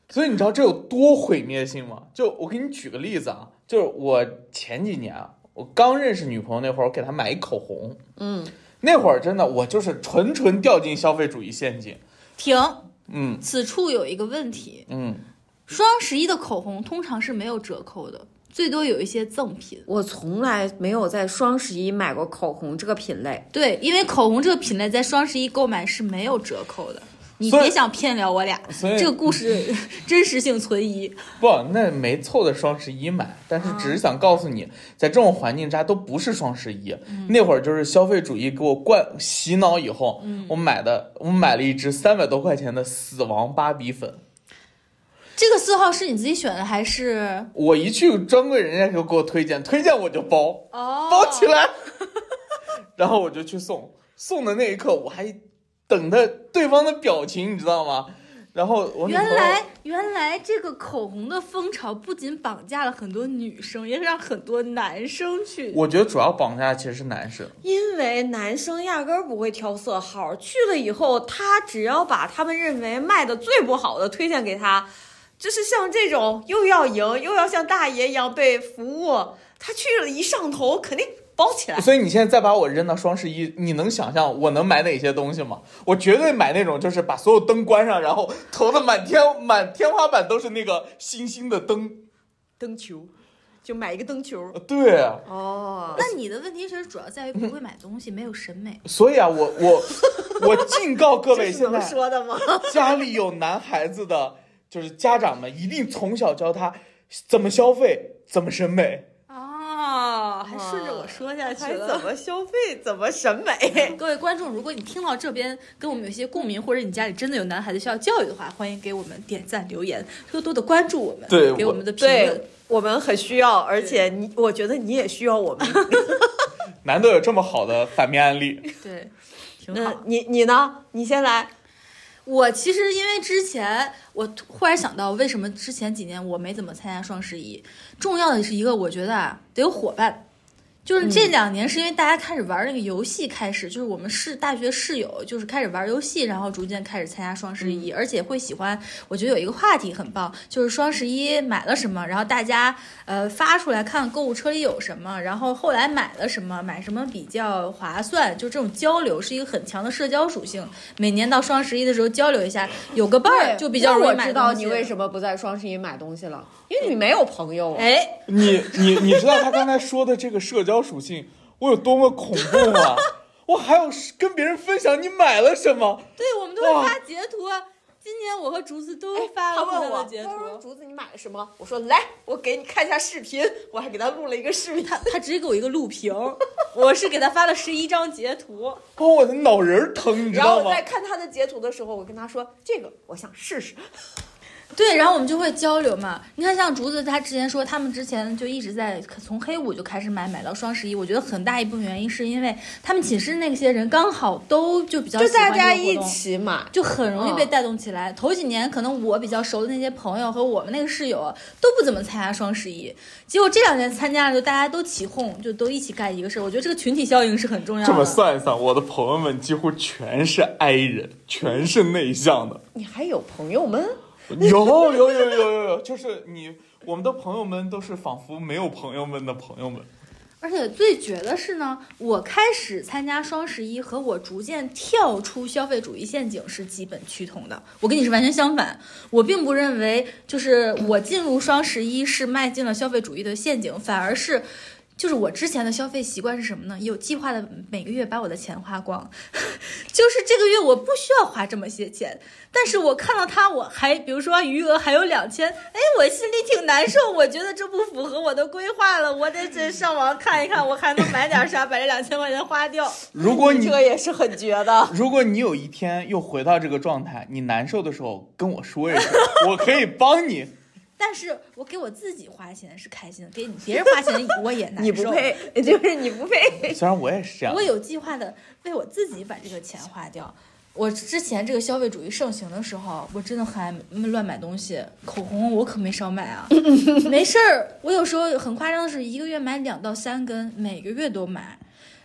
S2: 所以你知道这有多毁灭性吗？就我给你举个例子啊，就是我前几年啊，我刚认识女朋友那会儿，我给她买一口红，
S1: 嗯，
S2: 那会儿真的我就是纯纯掉进消费主义陷阱，
S3: 停。
S2: 嗯
S3: 此处有一个问题，
S2: 嗯，
S3: 双十一的口红通常是没有折扣的，最多有一些赠品。
S1: 我从来没有在双十一买过口红这个品类。
S3: 对，因为口红这个品类在双十一购买是没有折扣的。你
S2: 所以
S3: 别想骗了我俩，
S2: 所以
S3: 这个故事 真实性存疑。
S2: 不，那没凑在双十一买，但是
S3: 嗯
S2: 只是想告诉你，在这种环境之下都不是双十一。
S3: 嗯
S2: 那会儿就是消费主义给我灌洗脑以后，
S3: 嗯
S2: 我买的我买了一支三百多块钱的死亡芭比粉。
S3: 这个色号是你自己选的还是？
S2: 我一去专柜，人家就给我推荐，推荐我就包，
S3: 哦
S2: 包起来， 然后我就去送。送的那一刻，我还等着对方的表情，你知道吗？然后我女朋
S3: 原
S2: 友
S3: 来，原来这个口红的风潮不仅绑架了很多女生，也让很多男生去。
S2: 我觉得主要绑架的其实是男生。
S1: 因为男生压根儿不会挑色号，去了以后，他只要把他们认为卖的最不好的推荐给他，就是像这种又要赢又要像大爷一样被服务，他去了一上头肯定包起来。
S2: 所以你现在再把我扔到双十一，你能想象我能买哪些东西吗？我绝对买那种就是把所有灯关上，然后投的满天满天花板都是那个星星的灯。
S1: 灯球，就买一个灯球。
S2: 对，啊
S1: 哦，
S3: 那你的问题其实主要在于不会买东西，没有审美。
S2: 所以啊，我我我警告各
S1: 这
S2: 位，
S1: 是
S2: 现
S1: 怎么
S2: 在
S1: 说的吗？
S2: 家里有男孩子的，就是家长们一定从小教他怎么消费，怎么审美。
S3: 啊，哦还顺着我说下去
S1: 还怎
S3: 了。
S1: 么消费，怎么审美？
S3: 各位观众，如果你听到这边跟我们有一些共鸣，或者你家里真的有男孩子需要教育的话，欢迎给我们点赞、留言，多多的关注我们，
S2: 对
S3: 给
S2: 我
S3: 我们的评论
S1: 对。我们很需要，而且你，我觉得你也需要我 们。
S2: 难得有这么好的反面案例，
S3: 对，挺好
S1: 那。你你呢？你先来。
S3: 我其实因为之前我突忽然想到，为什么之前几年我没怎么参加双十一？重要的是一个，我觉得啊，得有伙伴。就是这
S1: 嗯
S3: 两年是因为大家开始玩那个游戏，开始就是我们是大学室友，就是开始玩游戏，然后逐渐开始参加双十
S1: 嗯
S3: 一，而且会喜欢。我觉得有一个话题很棒，就是双十一买了什么，然后大家呃发出来看购物车里有什么，然后后来买了什么，买什么比较划算，就这种交流是一个很强的社交属性。每年到双十一的时候交流一下，有个伴儿就比较
S1: 那
S3: 容
S1: 我
S3: 易买
S1: 知道
S3: 东西
S1: 你为什么不在双十一买东西了，因为你没有朋友啊。
S3: 哎，
S2: 你你你知道他刚才说的这个社交属性，我有多么恐怖吗？我还要跟别人分享你买了什么。
S3: 对，我们都会发截图啊。今年我和竹子都哎发
S1: 哎他
S3: 了他
S1: 问
S3: 们
S1: 我
S3: 的截，
S1: 他说
S3: 图。
S1: 竹子你买了什么？我说来，我给你看一下视频，我还给他录了一个视频。
S3: 他 他直接给我一个录屏，我是给他发了十一张截图。
S2: 把我的脑仁儿疼，你知
S1: 然后
S2: 道
S1: 我
S2: 吗
S1: 在？看他的截图的时候，我跟他说这个我想试试。
S3: 对，然后我们就会交流嘛。你看，像竹子，他之前说他们之前就一直在从黑五就开始买，买到双十一。我觉得很大一部分原因是因为他们寝室那些人刚好都就比较
S1: 就
S3: 喜欢
S1: 大家
S3: 这个活
S1: 一
S3: 动
S1: 起买，
S3: 就很容易被带动起来。头几年可能我比较熟的那些朋友和我们那个室友都不怎么参加双十一，结果这两年参加了，就大家都起哄，就都一起干一个事儿。我觉得这个群体效应是很重要的。
S2: 这么算一算，我的朋友们几乎全是 I 人，全是内向的。
S1: 你还有朋友们？
S2: 有有有有有有，就是你，我们的朋友们都是仿佛没有朋友们的朋友们。
S3: 而且最绝的是呢，我开始参加双十一和我逐渐跳出消费主义陷阱是基本趋同的。我跟你是完全相反，我并不认为就是我进入双十一是迈进了消费主义的陷阱，反而是。就是我之前的消费习惯是什么呢？有计划的每个月把我的钱花光， 就是这个月我不需要花这么些钱，但是我看到它我还比如说余额还有两千，哎，我心里挺难受，我觉得这不符合我的规划了，我得这上网看一看，我还能买点啥，把这两千块钱花掉。
S2: 如果
S1: 你
S2: 哦你
S1: 这个也是很绝的。
S2: 如果你有一天又回到这个状态，你难受的时候跟我说一声，我可以帮你。
S3: 但是我给我自己花钱是开心的，给你别人花钱我也难受。
S1: 你不，配，就是你不 配。
S2: 虽然我也是这样
S3: 我，有计划的为我自己把这个钱花掉。我之前这个消费主义盛行的时候，我真的很爱乱买东西，口红我可没少买啊。没事儿，我有时候很夸张的是，一个月买两到三根，每个月都买。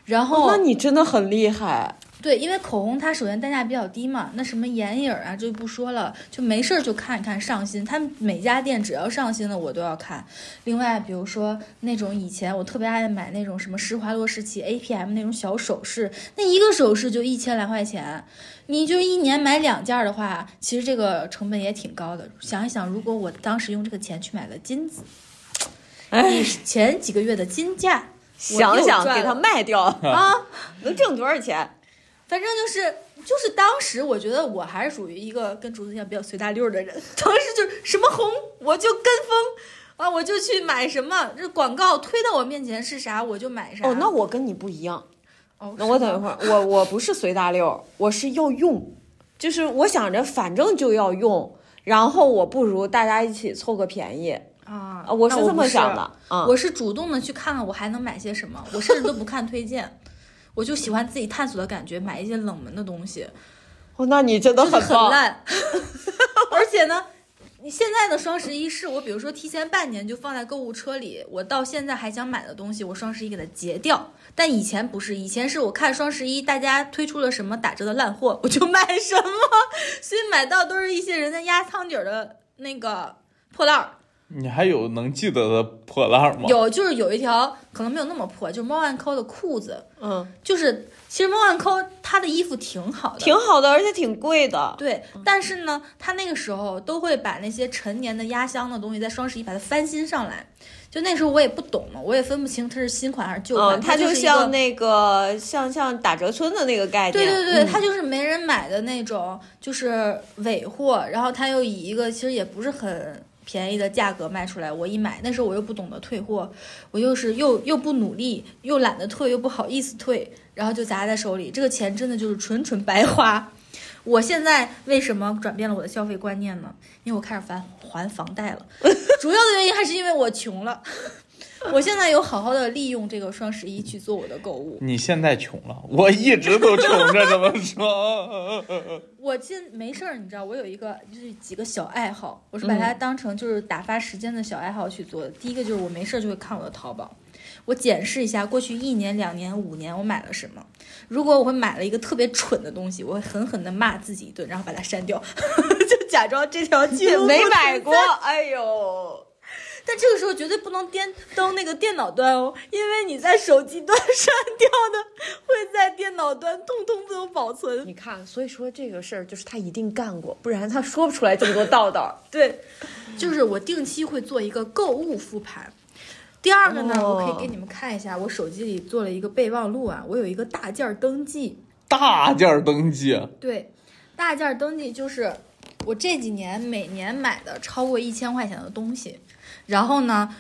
S3: 然后
S1: 哦那你真的很厉害，
S3: 对，因为口红它首先单价比较低嘛，那什么眼影儿啊就不说了，就没事儿就看一看上新。他们每家店只要上新的我都要看。另外，比如说那种以前我特别爱买那种什么施华洛世奇 APM 那种小首饰，那一个首饰就一千来块钱，你就一年买两件儿的话，其实这个成本也挺高的。想一想，如果我当时用这个钱去买了金子，
S1: 哎，
S3: 你前几个月的金价，我
S1: 想
S3: 又
S1: 想
S3: 赚
S1: 给
S3: 了
S1: 它卖 掉啊，能挣多少钱？
S3: 反正就是就是当时我觉得我还是属于一个跟竹子一样比较随大溜儿的人， 当时就是什么红我就跟风啊，我就去买什么，这广告推到我面前是啥我就买啥。
S1: 哦，那我跟你不一样。
S3: 哦
S1: 那我等一会儿，我我不是随大溜，我是要用，就是我想着反正就要用，然后我不如大家一起凑个便宜
S3: 啊
S1: 啊，我
S3: 那
S1: 是这
S3: 不
S1: 么想的啊。
S3: 我是主动的去看看我还能买些什么，我甚至都不看推荐。我就喜欢自己探索的感觉，买一些冷门的东西，
S1: 哦，那你真的
S3: 就是
S1: 很
S3: 很
S1: 棒，
S3: 烂。 而且呢，你现在的双十一是我，比如说提前半年就放在购物车里，我到现在还想买的东西，我双十一给它结掉。但以前不是，以前是我看双十一大家推出了什么打折的烂货，我就买什么，所以买到都是一些人在压仓底儿的那个破烂儿。
S2: 你还有能记得的破烂吗？
S3: 有，就是有一条可能没有那么破，就是猫暗扣的裤子，
S1: 嗯，
S3: 就是其实猫暗扣它的衣服挺好的，
S1: 挺好的，而且挺贵的。
S3: 对，但是呢，他那个时候都会把那些陈年的压箱的东西在双十一把它翻新上来。就那时候我也不懂嘛，我也分不清它是新款还是旧款。
S1: 嗯，
S3: 它
S1: 它
S3: 就
S1: 就是
S3: 一个
S1: 像那个像像打折村的那个概
S3: 对
S1: 念，
S3: 对对，
S1: 嗯
S3: 它就是没人买的那种，就是尾货，然后它又以一个其实也不是很便宜的价格卖出来。我一买，那时候我又不懂得退货，我又是又又不努力，又懒得退，又不好意思退，然后就砸在手里，这个钱真的就是纯纯白花。我现在为什么转变了我的消费观念呢？因为我开始还还房贷 了，主要的原因还是因为我穷了。 我现在有好好的利用这个双十一去做我的购物。
S2: 你现在穷了，我一直都穷着，怎么说？
S3: 我进没事儿，你知道，我有一个就是几个小爱好，我
S1: 嗯
S3: 是把它当成就是打发时间的小爱好去做的。第一个就是我没事儿就会看我的淘宝，我检视一下过去一年、两年、五年我买了什么。如果我会买了一个特别蠢的东西，我会狠狠的骂自己一顿，然后把它删掉， 就假装这条街
S1: 没买过。哎呦，
S3: 但这个时候绝对不能颠登那个电脑端哦，因为你在手机端 删掉的，会在电脑端通通都有保存。
S1: 你看，所以说这个事儿就是他一定干过，不然他说不出来这么多道道。
S3: 对，就是我定期会做一个购物复盘。第二个呢，
S1: 哦
S3: 我可以给你们看一下，我手机里做了一个备忘录啊，我有一个大件儿登记。
S2: 大件儿啊登记，
S3: 对，大件儿登记就是我这几年每年买的超过一千块钱的东西，然后呢。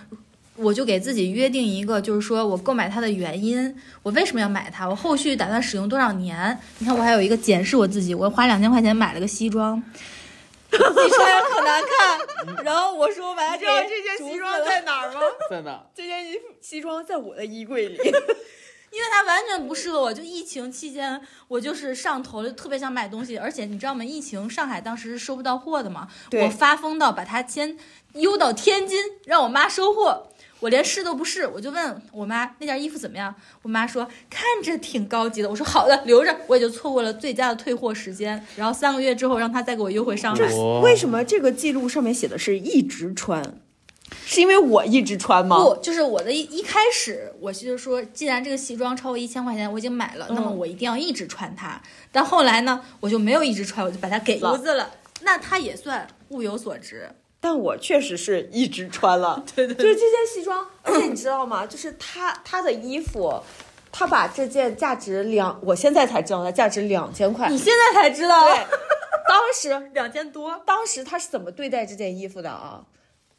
S3: 我就给自己约定一个，就是说我购买它的原因，我为什么要买它，我后续打算使用多少年。你看，我还有一个检视我自己，我花两千块钱买了个西装， 自己穿得很难看，然后我说我把它
S1: 你知道这件西装在哪儿吗？
S2: 在哪？
S1: 这件衣服西装在我的衣柜里。
S3: 因为它完全不适合我。就疫情期间，我就是上头了，特别想买东西。而且你知道吗？疫情上海当时是收不到货的嘛，
S1: 对
S3: 我发疯到把它先邮到天津，让我妈收货。我连试都不试，我就问我妈那件衣服怎么样。我妈说看着挺高级的，我说好的，留着。我也就错过了最佳的退货时间，然后三个月之后让她再给我邮回上海。
S2: 哦
S1: 为什么这个记录上面写的是一直穿？是因为我一直穿吗？
S3: 不，就是我的一一开始，我就是说，既然这个西装超过一千块钱，我已经买了，那么
S1: 嗯
S3: 我一定要一直穿它。但后来呢，我就没有一直穿，我就把它给
S1: 了
S3: 邮子了。那它也算物有所值。
S1: 但我确实是一直穿了。
S3: 对对
S1: 就是这件西装，而且你知道 吗？就是他他的衣服，他把这件价值两，我现在才知道它价值两千块。
S3: 你现在才知道，
S1: 对，当时
S3: 两千多。
S1: 当时他是怎么对待这件衣服的啊？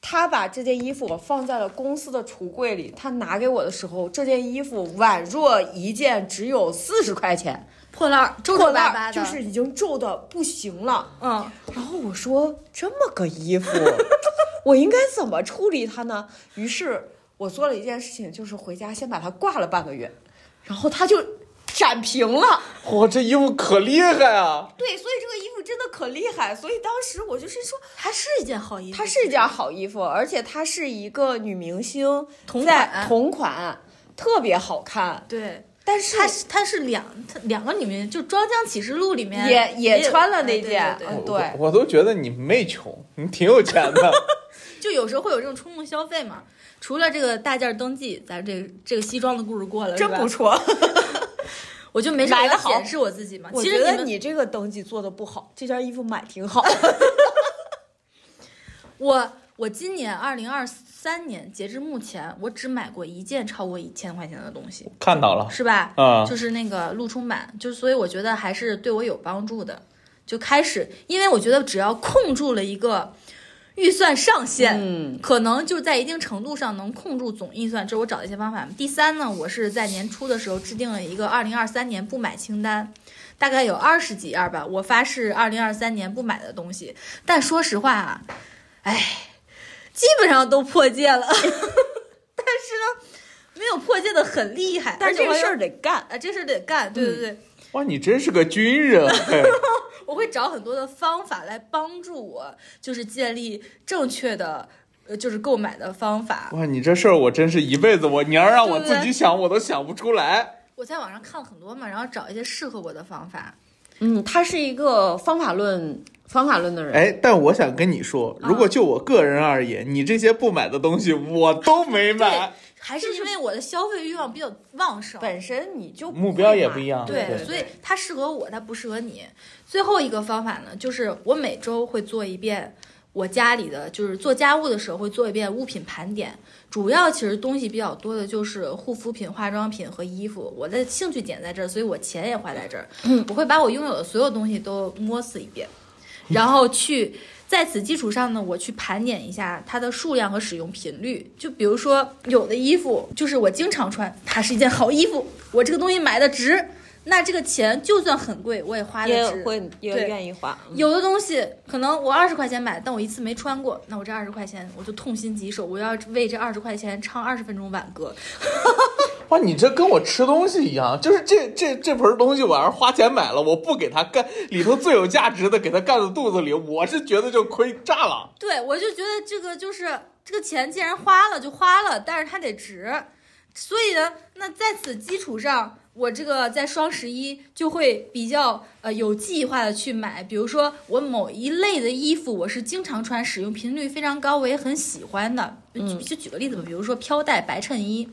S1: 他把这件衣服我放在了公司的橱柜里，他拿给我的时候，这件衣服宛若一件只有四十块钱，
S3: 破烂儿，皱
S1: 破
S3: 皱巴巴
S1: 烂儿
S3: 的，
S1: 就是已经皱的不行了。
S3: 嗯，
S1: 然后我说这么个衣 服，我应该怎么处理它呢？于是我做了一件事情，就是回家先把它挂了半个月，然后它就展平了。
S2: 哇，这衣服可厉害啊！
S1: 对，所以这个衣服真的可厉害。所以当时我就是说，
S3: 它是一件好衣服，
S1: 它是一件好衣服，而且它是一个女明星
S3: 同
S1: 在
S3: 款
S1: 同款，特别好看。
S3: 对。
S1: 但是
S3: 它是它是两它两个里面，就《装腔启示录》里面
S1: 也也
S3: 有
S1: 穿了
S3: 哎
S1: 那
S3: 对
S1: 件
S3: 对
S1: 嗯
S3: 对
S2: 我
S1: 对
S2: 我我都觉得你没穷，你挺有钱的。
S3: 就有时候会有这种冲动消费嘛。除了这个大件儿登记，咱这个这个西装的故事过了，
S1: 真
S3: 是吧
S1: 不错，
S3: 我就没事
S1: 买
S3: 来
S1: 得好
S3: 显示我自己嘛。
S1: 我
S3: 其
S1: 觉
S3: 实
S1: 得
S3: 们，
S1: 你这个登记做的不好，这件衣服买挺好。
S3: 我我今年二零二三年截至目前，我只买过一件超过一千块钱的东西，
S2: 看到了，
S3: 是吧？
S2: 啊
S3: 就是那个陆冲版，就是所以我觉得还是对我有帮助的。就开始，因为我觉得只要控住了一个预算上限，
S1: 嗯
S3: 可能就在一定程度上能控住总预算。这是我找的一些方法。第三呢，我是在年初的时候制定了一个二零二三年不买清单，大概有二十几样吧。我发誓二零二三年不买的东西，但说实话啊，哎，基本上都破戒 了，但是呢，没有破戒的很厉害。
S1: 但是这
S3: 而且我
S1: 个
S3: 还
S1: 事儿嗯得干。
S3: 啊，这事儿得干，对对对，
S2: 哇，你真是个军人。嘿
S3: 我会找很多的方法来帮助我，就是建立正确的，呃，就是购买的方法。
S2: 哇，你这事儿我真是一辈子我，你要让我
S3: 对不对
S2: 自己想，我都想不出来。
S3: 我在网上看了很多嘛，然后找一些适合我的方法。
S1: 嗯，他是一个方法论方法论的人。
S2: 哎，但我想跟你说，如
S3: 嗯
S2: 果就我个人而言，你这些不买的东西我都没买，
S3: 还
S1: 就是是
S3: 因为我的消费欲望比较旺盛，
S1: 本身你就
S2: 目标也不一样
S3: 对，
S2: 对
S3: 所以它适合我，它不适合你。最后一个方法呢，就是我每周会做一遍我家里的，就是做家务的时候会做一遍物品盘点。主要其实东西比较多的就是护肤品、化妆品和衣服。我的兴趣点在这儿，所以我钱也花在这儿。
S1: 嗯
S3: 我会把我拥有的所有东西都摸死一遍，然后去。在此基础上呢，我去盘点一下它的数量和使用频率。就比如说，有的衣服就是我经常穿，它是一件好衣服，我这个东西买的值，那这个钱就算很贵，我也花
S1: 也
S3: 的值。
S1: 会也
S3: 对
S1: 愿意花。嗯
S3: 有的东西可能我二十块钱买，但我一次没穿过，那我这二十块钱我就痛心疾首，我要为这二十块钱唱二十分钟挽歌。
S2: 哇，你这跟我吃东西一样，就是这这这盆东西我要是花钱买了，我不给它干里头最有价值的，给它干到肚子里，我是觉得就亏炸了。
S3: 对，我就觉得这个就是这个钱既然花了就花了，但是它得值。所以呢，那在此基础上，我这个在双十一就会比较呃有计划的去买，比如说我某一类的衣服，我是经常穿，使
S1: 嗯
S3: 用频率非常高，我也很喜欢的。就就举个例子吧，比如说飘带白衬衣，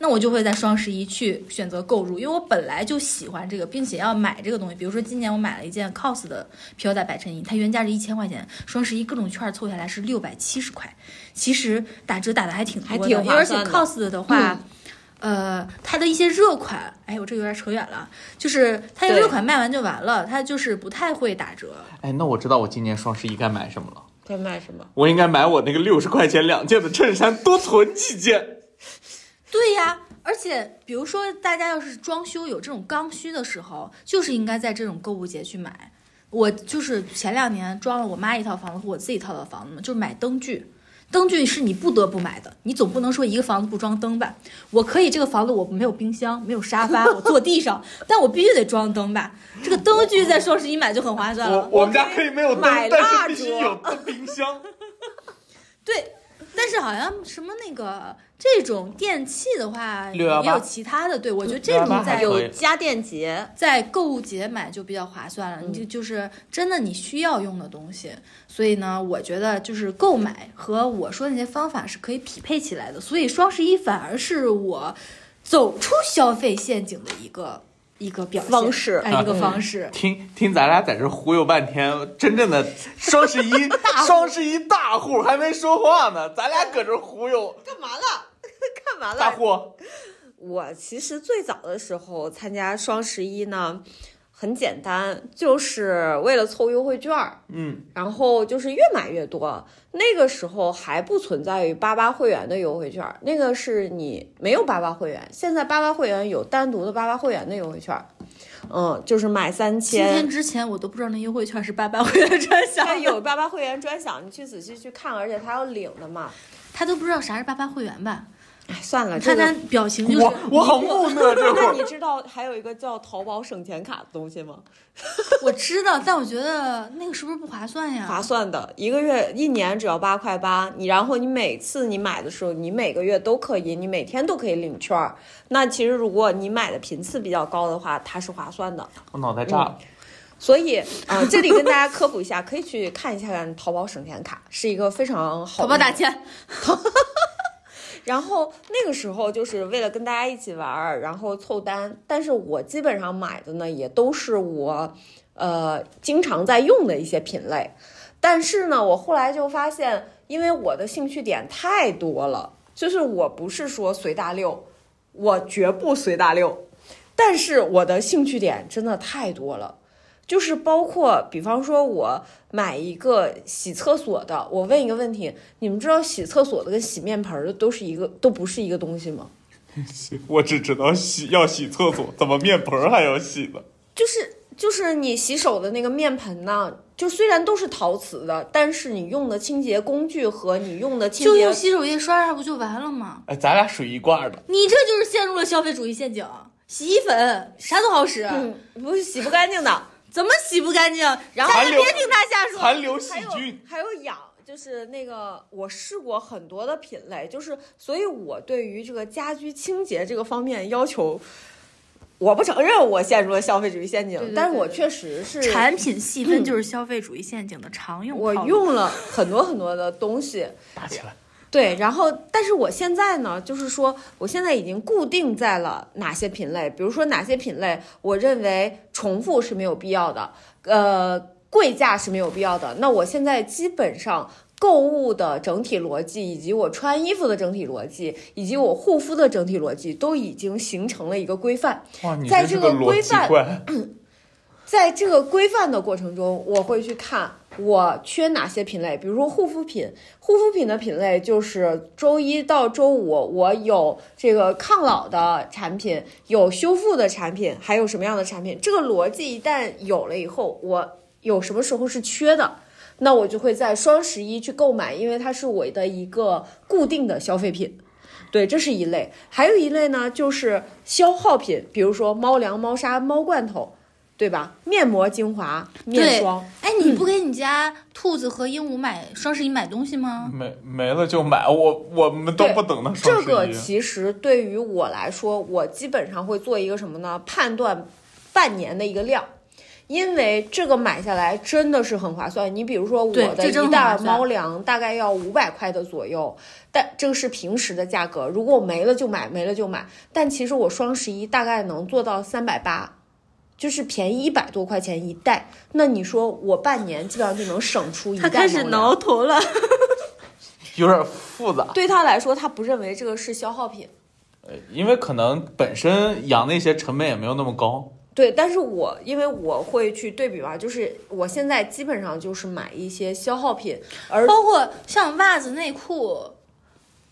S3: 那我就会在双十一去选择购入，因为我本来就喜欢这个，并且要买这个东西。比如说今年我买了一件 COS 的皮腰带百衬衣，它原价是一千块钱，双十一各种券凑下来是六百七十块，其实打折打的还挺多
S1: 还挺
S3: 因为
S1: 划
S3: 而且
S1: 算的
S3: COS 的话。呃，它的一些热款，哎，我这有点扯远了，就是它的
S1: 对
S3: 热款卖完就完了，它就是不太会打折。
S2: 哎，那我知道我今年双十一该买什么了。
S1: 该卖什 么？
S2: 我应该买我那个六十块钱两件的衬衫，多囤几件。
S3: 对呀，而且比如说大家要是装修有这种刚需的时候，就是应该在这种购物节去买。我就是前两年装了我妈一套房子和我自己一套的房子嘛，就是买灯具。灯具是你不得不买的，你总不能说一个房子不装灯吧？我可以这个房子我没有冰箱，没有沙发，我坐地上， 但我必须得装灯吧？这个灯具在双十一买就很划算了。
S2: 我我们家可以没有灯
S1: 买，
S2: 但
S1: 蜡
S2: 是
S1: 烛
S2: 必须有冰箱。
S3: 对，但是好像什么那个这种电器的话，也
S2: 618
S3: 有其他的。对，我觉得这
S2: 618
S3: 种在
S2: 还可以
S1: 有家电节，
S3: 在购物节买就比较划算
S1: 嗯
S3: 了，你就就是真的你需要用的东西。所以呢，我觉得就是购买和我说那些方法是可以匹配起来的。所以双十一反而是我走出消费陷阱的一个一个表现
S1: 方式嗯
S3: 哎，一个方式。
S2: 听听咱俩在这忽悠半天，真正的双十一
S3: 户
S2: 双十一大户还没说话呢，咱俩搁这忽悠
S1: 干嘛了？ 干嘛
S2: 大
S1: 了？
S2: 户。
S1: 我其实最早的时候参加双十一呢，很简单，就是为了凑优惠券儿。
S2: 嗯，
S1: 然后就是越买越多。那个时候还不存在于八八会员的优惠券，那个是你没有八八会员。现在八八会员有单独的八八会员的优惠券，嗯，就是买三
S3: 今天
S1: 千。
S3: 之前我都不知道那优惠券是八八会员专
S1: 现在
S3: 享，
S1: 有八八会员专享，你去仔细去看，而且它要领的嘛。
S3: 他都不知道啥是八八会员吧？
S1: 哎，算了，
S3: 你
S1: 这
S3: 看他
S1: 个。
S3: 表情就是
S2: 我我好木讷这会
S1: 那
S2: 儿。
S1: 你知道还有一个叫淘宝省钱卡的东西吗？
S3: 我知道，但我觉得那个是不是不划算呀？
S1: 划算的，一个月一年只要八块八，你然后你每次你买的时候，你每个月都可以，你每天都可以领券儿。那其实如果你买的频次比较高的话，它是划算的。
S2: 我脑袋炸了，
S1: 所以，呃，这里跟大家科普一下，可以去看一下淘宝省钱卡，是一个非常好
S3: 淘
S1: 的
S3: 宝打钱，
S1: 然后那个时候就是为了跟大家一起玩儿，然后凑单。但是我基本上买的呢，也都是我呃经常在用的一些品类。但是呢，我后来就发现，因为我的兴趣点太多了，就是我不是说随大溜，我绝不随大溜。但是我的兴趣点真的太多了，就是包括，比方说我买一个洗厕所的，我问一个问题，你们知道洗厕所的跟洗面盆儿的都是一个都不是一个东西吗？
S2: 我只知道洗要洗厕所，怎么面盆儿还要洗呢？
S1: 就是就是你洗手的那个面盆呢，就虽然都是陶瓷的，但是你用的清洁工具和你用的清
S3: 就
S1: 洁
S3: 用洗手液刷刷不就完了吗？
S2: 哎，咱俩属于一挂的。
S3: 你这就是陷入了消费主义陷阱。洗衣粉啥都好使，
S1: 嗯不是洗不干净的，
S3: 怎么洗不干净？然
S1: 后
S3: 大家
S2: 韩流
S3: 别听他瞎说。
S2: 残留细
S1: 还有
S2: 菌，
S1: 还有养，就是那个我试过很多的品类，就是所以我对于这个家居清洁这个方面要求。我不承认我陷入了消费主义陷阱，
S3: 对对
S1: 但是我
S3: 对
S1: 确实是
S3: 产品细分就是消费主义陷阱的常
S1: 嗯
S3: 用
S1: 我
S3: 套路
S1: 用了很多很多的东西，
S2: 打起来。
S1: 对，然后但是我现在呢，就是说我现在已经固定在了哪些品类，比如说哪些品类，我认为重复是没有必要的，呃，贵价是没有必要的。那我现在基本上。购物的整体逻辑，以及我穿衣服的整体逻辑，以及我护肤的整体逻辑，都已经形成了一个规范。
S2: 哇，你
S1: 在
S2: 真是
S1: 这个
S2: 逻
S1: 规
S2: 辑
S1: 范
S2: 怪。
S1: 在这个规范的过程中，我会去看我缺哪些品类，比如说护肤品。护肤品的品类就是周一到周五，我有这个抗老的产品，有修复的产品，还有什么样的产品？这个逻辑一旦有了以后，我有什么时候是缺的，那我就会在双十一去购买，因为它是我的一个固定的消费品。对，这是一类，还有一类呢，就是消耗品，比如说猫粮、猫砂、猫罐头，对吧？面膜、精华、面
S3: 对
S1: 霜，。
S3: 哎，你不给你家兔子和鹦鹉买双十一买东西吗？
S1: 嗯
S2: 没没了就买，我我们都
S1: 对
S2: 不等到双
S1: 这
S2: 十
S1: 个
S2: 一。
S1: 其实对于我来说，我基本上会做一个什么呢？判断半年的一个量。因为这个买下来真的是很划算。你比如说我
S3: 对
S1: 的
S3: 这真
S1: 一
S3: 的很划
S1: 袋
S3: 算
S1: 猫粮大概要五百块的左右，但这个是平时的价格，如果我没了就买，没了就买。但其实我双十一大概能做到三百八。就是便宜一百多块钱一袋，那你说我半年基本上就能省出一袋
S4: 他开始
S1: 猫粮
S4: 挠头了。
S2: 有点复杂。
S1: 对他来说，他不认为这个是消耗品。
S2: 呃因为可能本身养那些成本也没有那么高。
S1: 对，但是我因为我会去对比嘛，就是我现在基本上就是买一些消耗品，而
S3: 包括像袜子、内裤，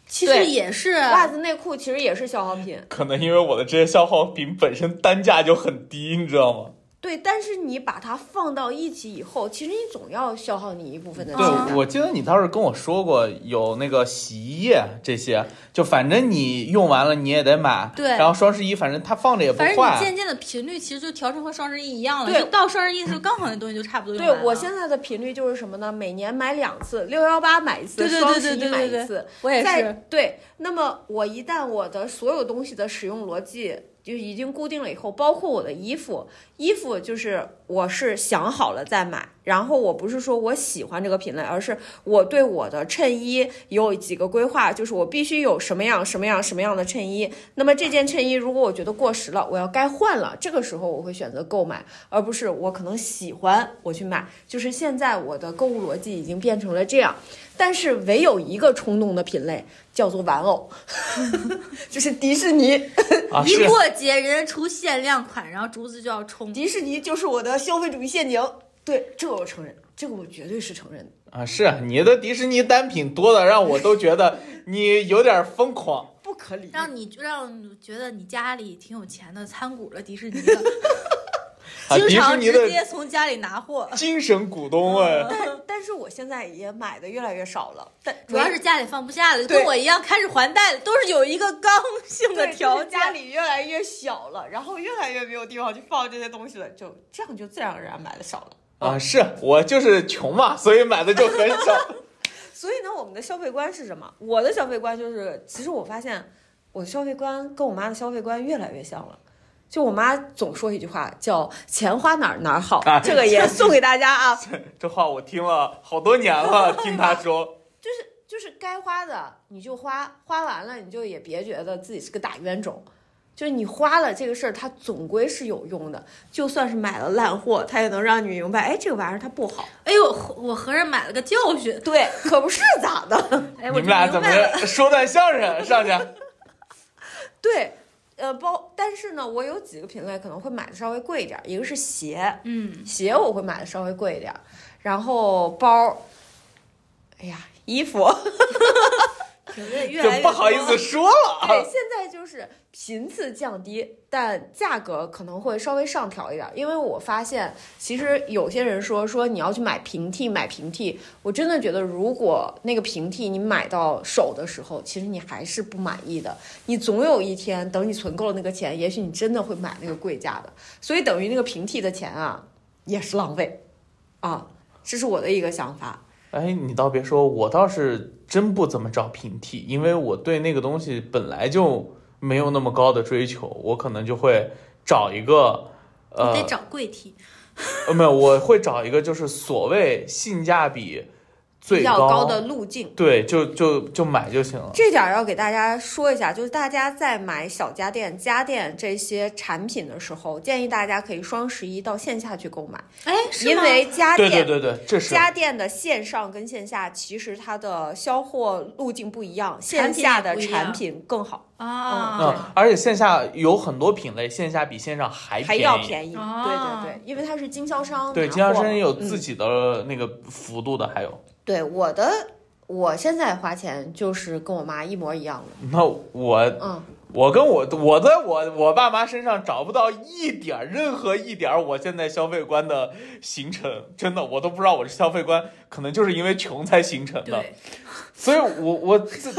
S3: 其实
S1: 对
S3: 也是啊
S1: 袜子、内裤其实也是消耗品。
S2: 可能因为我的这些消耗品本身单价就很低，你知道吗？
S1: 对，但是你把它放到一起以后，其实你总要消耗你一部分的钱啊
S2: 对，
S3: 嗯
S1: 的。
S2: 我记得你当时跟我说过有那个洗衣液这些，就反正你用完了你也得买。
S3: 对
S2: 然后双十一反正它放着也不
S3: 反正你
S2: 坏。
S3: 渐渐的频率其实就调成和双十一一样了，
S1: 对
S3: 就到双十一的时候刚好那东西就差不多用
S1: 对
S3: 完了。
S1: 我现在的频率就是什么呢？每年买两次，六幺八买一次，
S3: 对对
S1: 双
S3: 对
S1: 十
S3: 对
S1: 一
S3: 对
S1: 买
S3: 对
S1: 一
S3: 对
S1: 次。
S3: 我也
S1: 在
S3: 是，
S1: 对，那么我一旦我的所有东西的使用逻辑就已经固定了以后，包括我的衣服，衣服就是我是想好了再买，然后我不是说我喜欢这个品类，而是我对我的衬衣有几个规划，就是我必须有什么样什么样什么样的衬衣。那么这件衬衣如果我觉得过时了，我要该换了，这个时候我会选择购买，而不是我可能喜欢我去买。就是现在我的购物逻辑已经变成了这样，但是唯有一个冲动的品类叫做玩偶， 就是迪士尼。
S2: 啊，
S3: 一
S2: 是
S3: 过节人家出限量款，然后竹子就要冲。
S1: 迪士尼就是我的消费主义陷阱。对，这个我承认，这个我绝对是承认的。
S2: 啊，是你的迪士尼单品多的让我都觉得你有点疯狂。
S1: 不可理喻，
S3: 让你让你觉得你家里挺有钱的，参股了迪士尼的，
S2: 啊，
S3: 经
S2: 迪士
S3: 常
S2: 尼
S3: 直
S2: 的
S3: 接嗯从家里拿货。
S2: 精神股东哎。
S1: 但但是我现在也买的越来越少了，但
S3: 主要是家里放不下了，
S1: 对
S3: 跟我一样开始还贷了，都是有一个刚 性的
S1: 对，
S3: 条
S1: 条
S3: 件。
S1: 家里越来越小了，然后越来越没有地方去放这些东西了，就这样就自然而然买的少了。
S2: 啊，是我就是穷嘛，所以买的就很少。
S1: 所以呢，我们的消费观是什么？我的消费观就是，其实我发现我的消费观跟我妈的消费观越来越像了。就我妈总说一句话，叫“钱花哪儿哪儿好”，
S2: 啊
S1: 这个也送给大家啊。
S2: 这话我听了好多年了，听他说，
S1: 就是该花的你就花，花完了你就也别觉得自己是个大冤种。就是你花了这个事儿，它总归是有用的，就算是买了烂货，它也能让你明白，哎，这个玩意儿它不好。
S3: 哎呦，我合着买了个教训。
S1: 对，可不是咋的。
S3: 哎，
S2: 你
S3: 我
S2: 们俩
S3: 就
S2: 怎
S3: 明
S2: 么
S3: 白了。
S2: 说段相声上去？
S1: 对，呃，包，但是呢，我有几个品类可能会买的稍微贵一点儿，一个是鞋，
S3: 嗯，
S1: 鞋我会买的稍微贵一点儿，然后包，哎呀，衣服，
S3: 品味 越
S2: 就
S3: 来越
S2: 不好意
S3: 多
S2: 思。说了。
S1: 对，现在就是频次降低，但价格可能会稍微上调一点儿，因为我发现其实有些人说说你要去买平替，买平替，我真的觉得如果那个平替你买到手的时候，其实你还是不满意的，你总有一天等你存够了那个钱，也许你真的会买那个贵价的，所以等于那个平替的钱啊也是浪费，啊，这是我的一个想法。
S2: 哎，你倒别说，我倒是真不怎么找平替，因为我对那个东西本来就没有那么高的追求，我可能就会找一个，
S3: 你
S2: 呃
S3: 得，找贵体，
S2: 呃，没有，我会找一个就是所谓性价比
S1: 比
S2: 最
S1: 较高的路径，
S2: 对，就就就买就行了。
S1: 这点儿要给大家说一下，就是大家在买小家电、家电这些产品的时候，建议大家可以双十一到线下去购买，
S3: 哎，是
S1: 因
S3: 吗
S1: 为家
S2: 对
S1: 电
S2: 对对对，这是
S1: 家电的线上跟线下其实它的销货路径不一样，线
S3: 产品也
S1: 下的
S3: 不一
S1: 产
S3: 样
S1: 品更好，
S2: 嗯
S3: 啊，，
S2: 而且线下有很多品类，线下比线上还
S1: 还
S2: 便宜。
S1: 要便宜。
S3: 哦
S1: 对对对，因为它是经销商，
S2: 对，经销商也有
S1: 嗯
S2: 自己的那个幅度的，还有。
S1: 对我的，我现在花钱就是跟我妈一模一样的，
S2: 那我
S1: 嗯，
S2: 我跟我我在我我爸妈身上找不到一点儿任何一点儿我现在消费观的形成，真的我都不知道我这消费观可能就是因为穷才形成的，
S3: 对，
S2: 所以我我这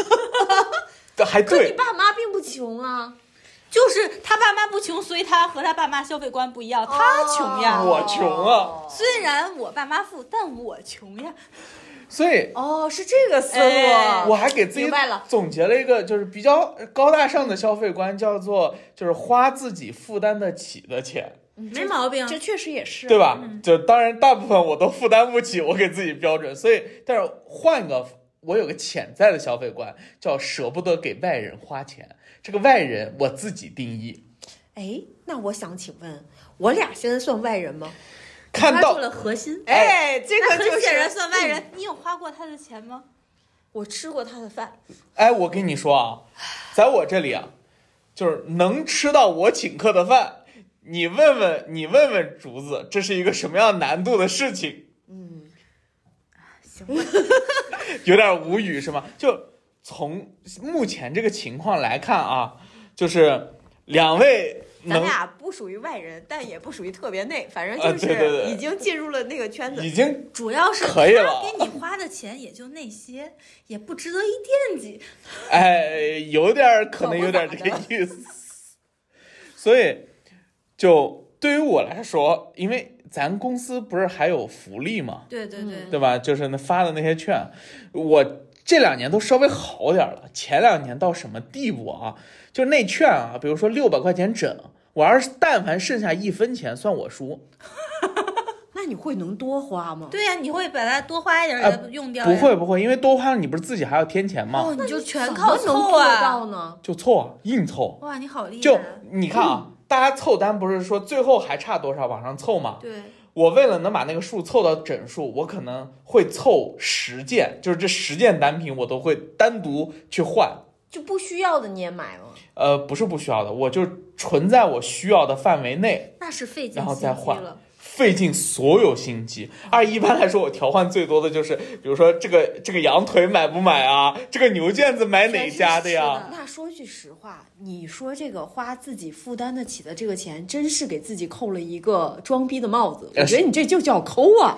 S2: 还
S1: 可你
S2: 对，
S1: 爸妈并不穷啊，
S3: 就是他爸妈不穷，所以他和他爸妈消费观不一样，他穷呀。
S2: 我穷啊
S3: 虽然我爸妈富，但我穷呀。
S2: 所以
S1: 哦，是这个啊思路。
S3: 哎
S2: 我还给自己
S1: 明白了
S2: 总结了一个就是比较高大上的消费观，叫做就是花自己负担得起的钱。
S3: 没毛病。
S1: 这确实也是，啊嗯
S2: 对吧？就当然大部分我都负担不起我给自己标准，所以但是换个我有个潜在的消费观，叫舍不得给外人花钱。这个外人我自己定义，
S1: 哎，那我想请问，我俩现在算外人吗？
S2: 看
S3: 抓住
S2: 到
S3: 了核心，
S1: 哎，这
S3: 那
S1: 个就
S3: 很显然
S1: 是嗯
S3: 算外
S2: 嗯
S3: 人。你有花过他的钱吗？
S1: 我吃过他的饭，
S2: 哎，我跟你说啊，在我这里啊，就是能吃到我请客的饭。你问问，你问问竹子，这是一个什么样难度的事情？
S1: 嗯，
S3: 行吧，
S2: 有点无语是吗？就从目前这个情况来看啊，就是两位
S1: 咱
S2: 能
S1: 俩不属于外人，但也不属于特别内，反正
S2: 啊
S1: 就
S2: 对对
S1: 是
S2: 对
S1: 已经进入了那个圈子。
S2: 已经
S3: 主要是
S2: 可以
S3: 他
S2: 了
S3: 给你花的钱也就那些，也不值得一惦记。
S2: 哎有点儿可能有点儿这个意思，所以就对于我来说，因为咱公司不是还有福利嘛，
S3: 对对对，
S2: 对吧？就是那发的那些券，我这两年都稍微好点儿了。前两年到什么地步啊？就那券啊，比如说六百块钱整，我要是但凡剩下一分钱，算我输，
S1: 那你会能多花吗？
S3: 对呀、你会把它多花一点
S2: 哎
S3: 儿给它用掉、
S2: 不，会不会，因为多花了你不是自己还要添钱吗？
S1: 哦，你就
S3: 全
S1: 怎
S3: 靠
S1: 么能
S3: 凑
S1: 做
S3: 啊
S1: 到呢？
S2: 就凑啊，硬凑。
S3: 哇，你好厉害！
S2: 就你看啊，大家凑单不是说最后还差多少往上凑吗？
S3: 啊对，
S2: 我为了能把那个数凑到整数，我可能会凑十件，就是这十件单品我都会单独去换。
S1: 就不需要的你也买吗？
S2: 呃，不是不需要的，我就纯在我需要的范围内，
S3: 那是费劲
S2: 然后
S3: 心机
S2: 再换
S3: 了。
S2: 费尽所有心机。而一般来说，我调换最多的就是，比如说这个这个羊腿买不买啊，这个牛腱子买哪家的
S3: 全是吃
S2: 呀？
S3: 的
S1: 那说句实话，你说这个花自己负担得起的这个钱，真是给自己扣了一个装逼的帽
S2: 呃
S1: 子。我觉得你这就叫抠啊，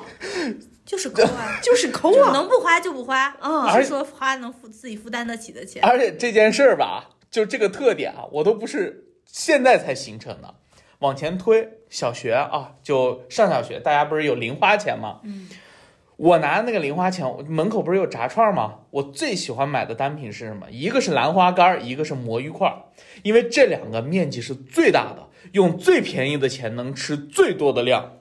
S3: 就是抠 啊，
S1: 就是抠
S3: 就
S1: 啊。
S3: 能不花就不花
S1: 嗯
S3: 只
S2: 而
S3: 是说花能负自己负担得起的钱。
S2: 而且这件事儿吧，就这个特点啊，我都不是现在才形成的。往前推，小学啊，就上小学，大家不是有零花钱吗？
S3: 嗯，
S2: 我拿那个零花钱，我门口不是有炸串吗？我最喜欢买的单品是什么？一个是兰花干儿，一个是魔芋块儿，因为这两个面积是最大的，用最便宜的钱能吃最多的量，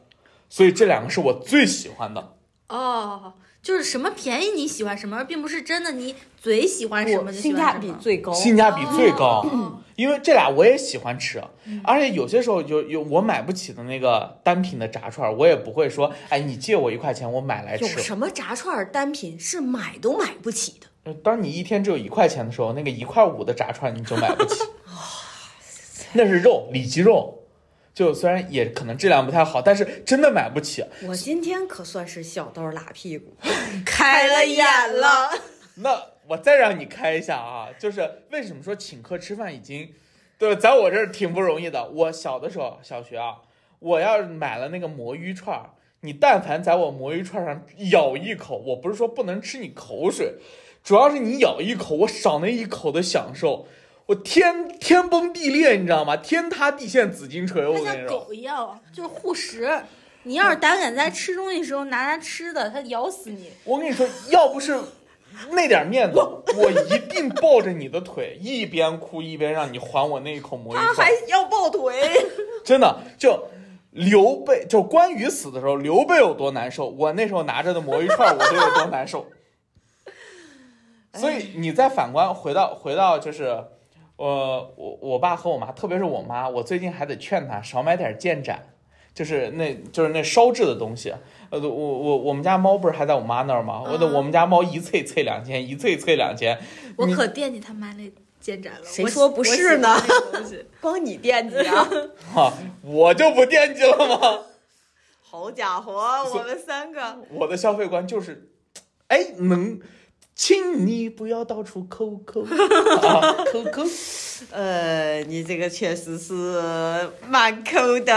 S2: 所以这两个是我最喜欢的。
S3: 哦，就是什么便宜你喜欢什么，而并不是真的你嘴喜欢什么
S1: 我
S3: 就喜
S1: 性
S3: 欢
S1: 价
S3: 什
S1: 比
S3: 么。
S1: 最高，啊
S2: 性价比最高，
S3: 哦
S2: 因为这俩我也喜欢吃，而且有些时候有有我买不起的那个单品的炸串儿，我也不会说，哎，你借我一块钱，我买
S3: 哎
S2: 来
S1: 有
S2: 吃。
S1: 什么炸串儿单品是买都买不起的？
S2: 当你一天只有一块钱的时候，那个一块五的炸串你就买不起。那是肉，里脊肉，就虽然也可能质量不太好，但是真的买不起。
S1: 我今天可算是小刀拉屁 股，
S3: 开了眼了。
S2: 那我再让你开一下啊，就是为什么说请客吃饭已经，对吧，在我这儿挺不容易的。我小的时候，小学啊，我要是买了那个魔芋串儿，你但凡在我魔芋串上咬一口，我不是说不能吃你口水，主要是你咬一口，我少那一口的享受。我天天崩地裂，你知道吗？天塌地陷紫金锤，我跟
S3: 它
S2: 你
S3: 像
S2: 说，
S3: 狗一样，啊就是护食。你要是胆敢在吃东西的时候拿它吃的，它咬死你。
S2: 我跟你说，要不是那点 面子，我一定抱着你的腿，一边哭一边让你还我那一口魔芋
S1: 他
S2: 串
S1: 还。哎要抱腿。
S2: 真的就刘备，就关羽死的时候，刘备有多难受，我那时候拿着的魔芋串，我都有多难受。所以你再反观回到回到就是，呃，我我爸和我妈，特别是我妈，我最近还得劝她少买点建盏，就是那就是那烧制的东西。呃，我我我们家猫不是还在我妈那儿吗？我的
S3: 啊
S2: 我们家猫一啐啐两千，一啐啐两千，
S3: 我
S2: 你
S3: 可惦记他妈那肩展了。
S1: 谁
S3: 我
S1: 说
S3: 喜
S1: 不是呢？
S3: 我喜欢那个东西
S1: 光你惦记 啊！
S2: 哈、我就不惦记了吗？
S1: 好家伙，
S2: 所
S1: 我们三个
S2: 我的消费观就是，哎，能，请你不要到处抠抠啊，抠抠。
S1: 呃，你这个确实是蛮抠的，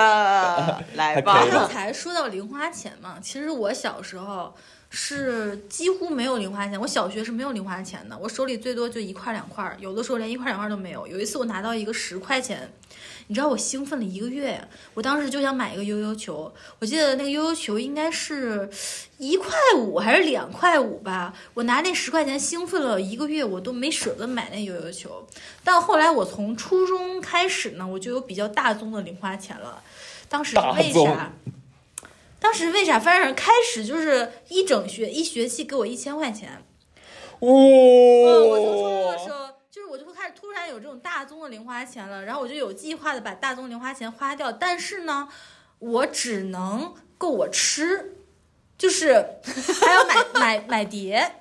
S1: 来
S2: 还
S1: 吧
S2: 可以。
S3: 刚才说到零花钱嘛，其实我小时候，是几乎没有零花钱。我小学是没有零花钱的，我手里最多就一块两块，有的时候连一块两块都没有。有一次我拿到一个十块钱，你知道我兴奋了一个月，我当时就想买一个悠悠球。我记得那个悠悠球应该是一块五还是两块五吧，我拿那十块钱兴奋了一个月，我都没舍得买那悠悠球。但后来我从初中开始呢，我就有比较大宗的零花钱了。当时
S2: 大
S3: 为
S2: 宗
S3: 啥？当时为啥？反正开始就是一整学一学期给我一千块钱。
S2: 哇、
S3: 呃我从初
S2: 哦
S3: 中的时候，就是我就会开始突然有这种大宗的零花钱了，然后我就有计划的把大宗零花钱花掉，但是呢，我只能够我吃，就是还要买买买碟。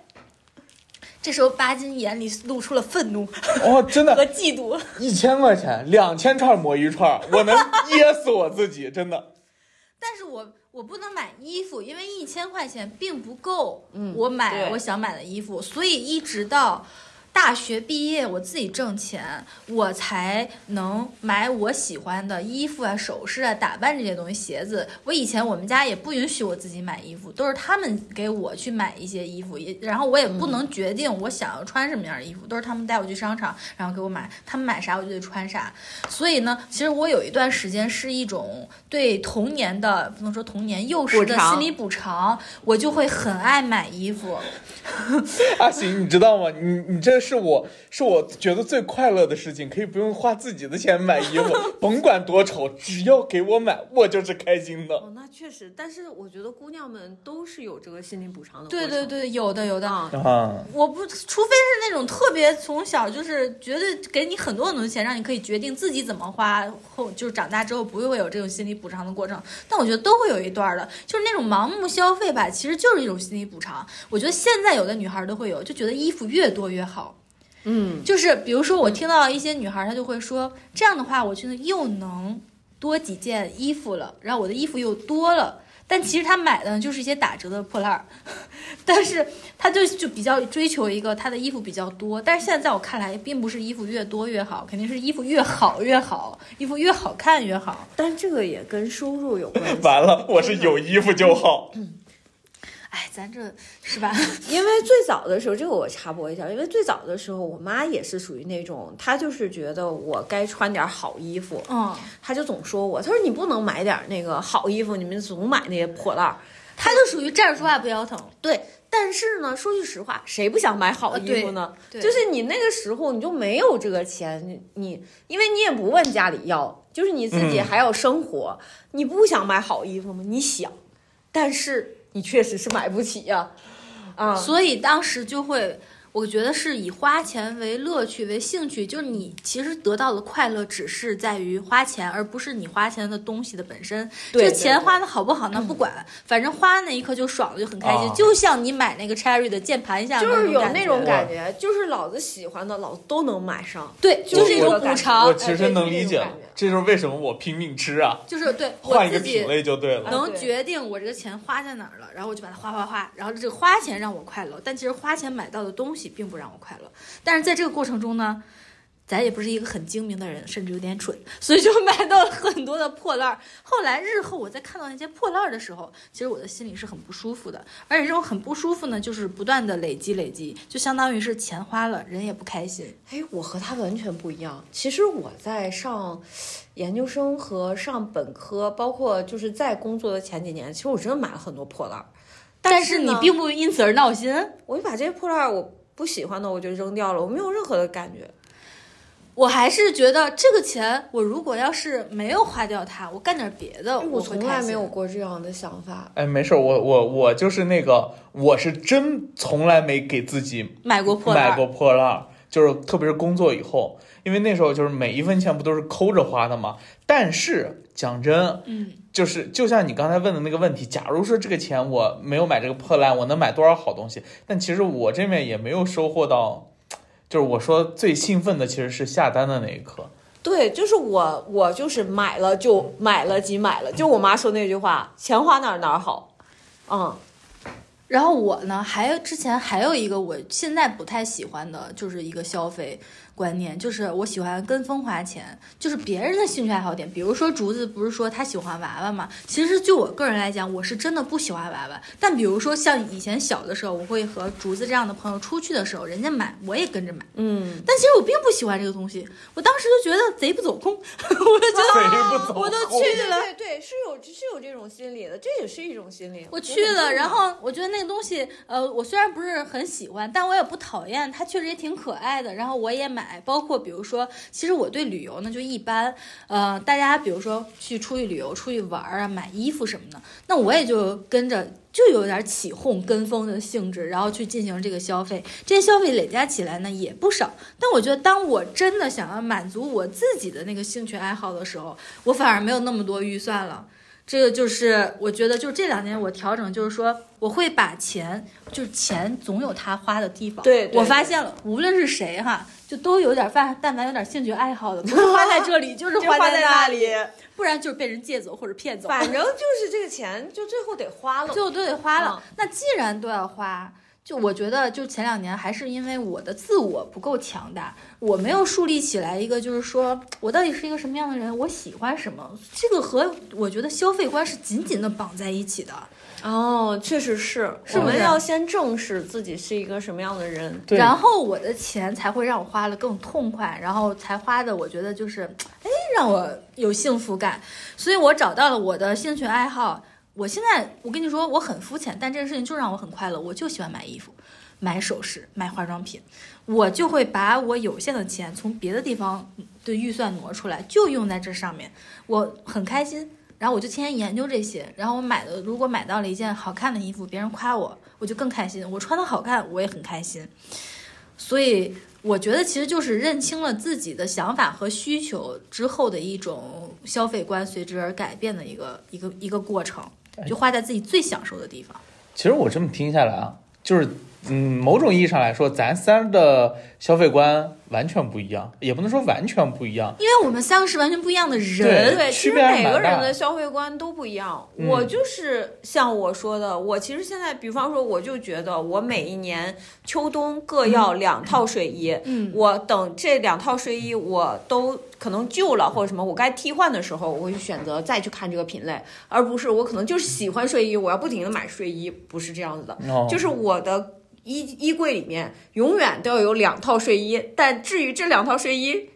S3: 这时候巴金眼里露出了愤怒
S2: 哦，真
S3: 和
S2: 的，
S3: 嫉妒。
S2: 一千块钱，两千串魔芋串，我能噎死我自己，真的。
S3: 但是我我不能买衣服，因为一千块钱并不够，我
S1: 嗯对
S3: 买我想买的衣服，所以一直到大学毕业，我自己挣钱，我才能买我喜欢的衣服啊、首饰啊、打扮这些东西、鞋子。我以前我们家也不允许我自己买衣服，都是他们给我去买一些衣服，也然后我也不能决定我想要穿什么样的衣服，都是他们带我去商场，然后给我买，他们买啥我就得穿啥。所以呢，其实我有一段时间是一种对童年的不能说童年幼时
S1: 补
S3: 的
S1: 偿
S3: 心理补偿，我就会很爱买衣服。
S2: 阿行，你知道吗？你你这是我是我觉得最快乐的事情，可以不用花自己的钱买衣服，甭管多丑，只要给我买，我就是开心的。
S1: 哦，那确实，但是我觉得姑娘们都是有这个心理补偿的。
S3: 对对，对，有的有的。
S1: 啊，
S2: 啊，
S3: 我不，除非是那种特别从小就是绝对给你很多很多钱，让你可以决定自己怎么花，后就是长大之后不会有这种心理补偿的过程。但我觉得都会有一段儿的，就是那种盲目消费吧，其实就是一种心理补偿。我觉得现在有的女孩儿都会有，就觉得衣服越多越好。
S1: 嗯，
S3: 就是比如说，我听到一些女孩，她就会说，这样的话，我觉得又能多几件衣服了，然后我的衣服又多了。但其实她买的就是一些打折的破烂儿， 但是她就就比较追求一个她的衣服比较多。但是现在在我看来，并不是衣服越多越好，肯定是衣服越好越好，衣服越好看越好。
S1: 但这个也跟收入有 关系，
S2: 完了，我是有衣服就好。
S3: 哎，咱这是吧？
S1: 因为最早的时候，这个我插播一下，因为最早的时候，我妈也是属于那种，她就是觉得我该穿点好衣服，
S3: 嗯，
S1: 她就总说我，她说你不能买点那个好衣服，你们总买那些破烂儿。
S3: 她就属于站着说话不腰疼。
S1: 对，但是呢，说句实话，谁不想买好
S3: 呃
S1: 衣
S3: 对
S1: 服呢？
S3: 对
S1: 就是你那个时候你就没有这个钱，你你因为你也不问家里要，就是你自己
S2: 嗯
S1: 还要生活，你不想买好衣服吗？你想，但是你确实是买不起呀、啊，
S3: 所以当时就会，我觉得是以花钱为乐趣为兴趣，就是你其实得到的快乐只是在于花钱，而不是你花钱的东西的本身。
S1: 对
S3: 这
S1: 对
S3: 钱
S1: 对嗯
S3: 花的好不好那不管，反正花那一刻就爽了，就很开心。
S2: 啊
S3: 就像你买那个 Cherry 的键盘一样，
S1: 哦就是有那
S3: 啊那
S1: 种
S3: 觉
S1: 感觉，就是老子喜欢的，老子都能买上。
S3: 对，
S1: 就是
S3: 一
S1: 我
S3: 种补
S2: 我
S3: 偿，
S2: 其实能理解
S1: 哎对
S2: 了，这就是为什么我拼命吃啊，
S3: 就是对我
S2: 换一个
S3: 自己
S2: 品类就对了。
S1: 啊
S3: 能
S1: 对
S3: 决定我这个钱花在哪儿了，然后我就把它花花花，然后这个花钱让我快乐，但其实花钱买到的东西并不让我快乐。但是在这个过程中呢，咱也不是一个很精明的人，甚至有点蠢，所以就 买到了很多的破烂儿。后来日后我在看到那些破烂儿的时候，其实我的心里是很不舒服的，而且这种很不舒服呢，就是不断的累积累积，就相当于是钱花了，人也不开心。
S1: 哎，我和他完全不一样。其实我在上研究生和上本科，包括就是在工作的前几年，其实我真的买了很多破烂儿。
S3: 但
S1: 是
S3: 是
S1: 呢
S3: 你并不因此而闹心。
S1: 我就把这些破烂儿我不喜欢的我就扔掉了，我没有任何的感觉。
S3: 我还是觉得这个钱，我如果要是没有花掉它，我干点别的，
S1: 哦哎我
S3: 会
S1: 从
S3: 开
S1: 来
S3: 心
S1: 没有。过这样的想法。
S2: 哎，没事儿，我我我就是那个，我是真从来没给自己
S3: 买过破
S2: 买
S3: 烂儿，
S2: 过破烂儿，就是特别是工作以后，因为那时候就是每一分钱不都是抠着花的嘛。但是讲真，
S3: 嗯，
S2: 就是就像你刚才问的那个问题，假如说这个钱我没有买这个破烂，我能买多少好东西？但其实我这边也没有收获到，就是我说最兴奋的其实是下单的那一 刻。
S1: 对，就是我，我就是买了就买了即买了，就我妈说那句话：“钱花哪儿哪儿好。”嗯，
S3: 然后我呢，还有之前还有一个我现在不太喜欢的，就是一个消费，观念，就是我喜欢跟风花钱，就是别人的兴趣爱好点。比如说竹子不是说他喜欢娃娃嘛，其实就我个人来讲，我是真的不喜欢娃娃。但比如说像以前小的时候，我会和竹子这样的朋友出去的时候，人家买我也跟着买，
S1: 嗯，
S3: 但其实我并不喜欢这个东西。我当时就觉得贼不走空， 我就觉得
S2: 贼不走
S3: 我都
S2: 空
S3: 去了。
S1: 对对，是有是有这种心理的，这也是一种心理。
S3: 我
S1: 很
S3: 去了，
S1: 正
S3: 然
S1: 常
S3: 后我觉得那个东西，呃，我虽然不是很喜欢，但我也不讨厌，它确实也挺可爱的。然后我也买，包括比如说，其实我对旅游呢就一般，呃，大家比如说去出去旅游、出去玩儿啊，买衣服什么的，那我也就跟着。就有点起哄跟风的性质，然后去进行这个消费，这些消费累加起来呢也不少。但我觉得，当我真的想要满足我自己的那个兴趣爱好的时候，我反而没有那么多预算了。这个就是我觉得，就是这两年我调整，就是说我会把钱，就是钱总有他花的地方。
S1: 对对
S3: 我发现了，无论是谁哈，就都有点发，但凡有点兴趣 爱好的，不是花在这里，就是
S1: 就花
S3: 在
S1: 在那
S3: 里，
S1: 里，
S3: 不然就是被人借走或者骗走。
S1: 反正就是这个钱就最后得花了。
S3: 最后都得花了。
S1: 嗯
S3: 那既然都要花，就我觉得，就前两年还是因为我的自我不够强大，我没有树立起来一个，就是说我到底是一个什么样的人，我喜欢什么，这个和我觉得消费观是紧紧的绑在一起的。
S1: 哦，确实是，
S3: 是
S1: 我
S3: 不
S1: 们
S3: 是
S1: 要先正视自己是一个什么样的人。
S2: 对
S3: 然后我的钱才会让我花了更痛快，然后才花的我觉得就是，哎，让我有幸福感。所以我找到了我的兴趣爱好。我现在我跟你说，我很肤浅，但这个事情就让我很快乐。我就喜欢买衣服、买首饰、买化妆品，我就会把我有限的钱从别的地方的预算挪出来，就用在这上面，我很开心。然后我就天天研究这些，然后我买的如果买到了一件好看的衣服，别人夸我，我就更开心。我穿的好看，我也很开心。所以我觉得其实就是认清了自己的想法和需求之后的一种消费观随之而改变的一个一个一个过程，
S2: 哎
S3: 就花在自己最享受的地方。
S2: 其实我这么听下来啊，就是嗯，某种意义上来说，咱仨的消费观完全不一样，也不能说完全不一样。
S3: 因为我们三个是完全不一样的
S2: 对
S3: 人，
S1: 对，
S2: 区
S1: 其实
S2: 别还
S1: 每
S2: 蛮
S1: 个人
S2: 大
S1: 的
S2: 的
S1: 消费观都不一样。
S2: 嗯
S1: 我就是像我说的，我其实现在，比方说，我就觉得我每一年秋冬各要两套睡衣。
S3: 嗯，
S1: 我等这两套睡衣我都可能旧了或者什么，我该替换的时候，我会选择再去看这个品类，而不是我可能就是喜欢睡衣，我要不停的买睡衣，不是这样子的。
S2: 哦，
S1: 就是我的衣衣柜里面永远都要有两套睡衣，但至于这两套睡衣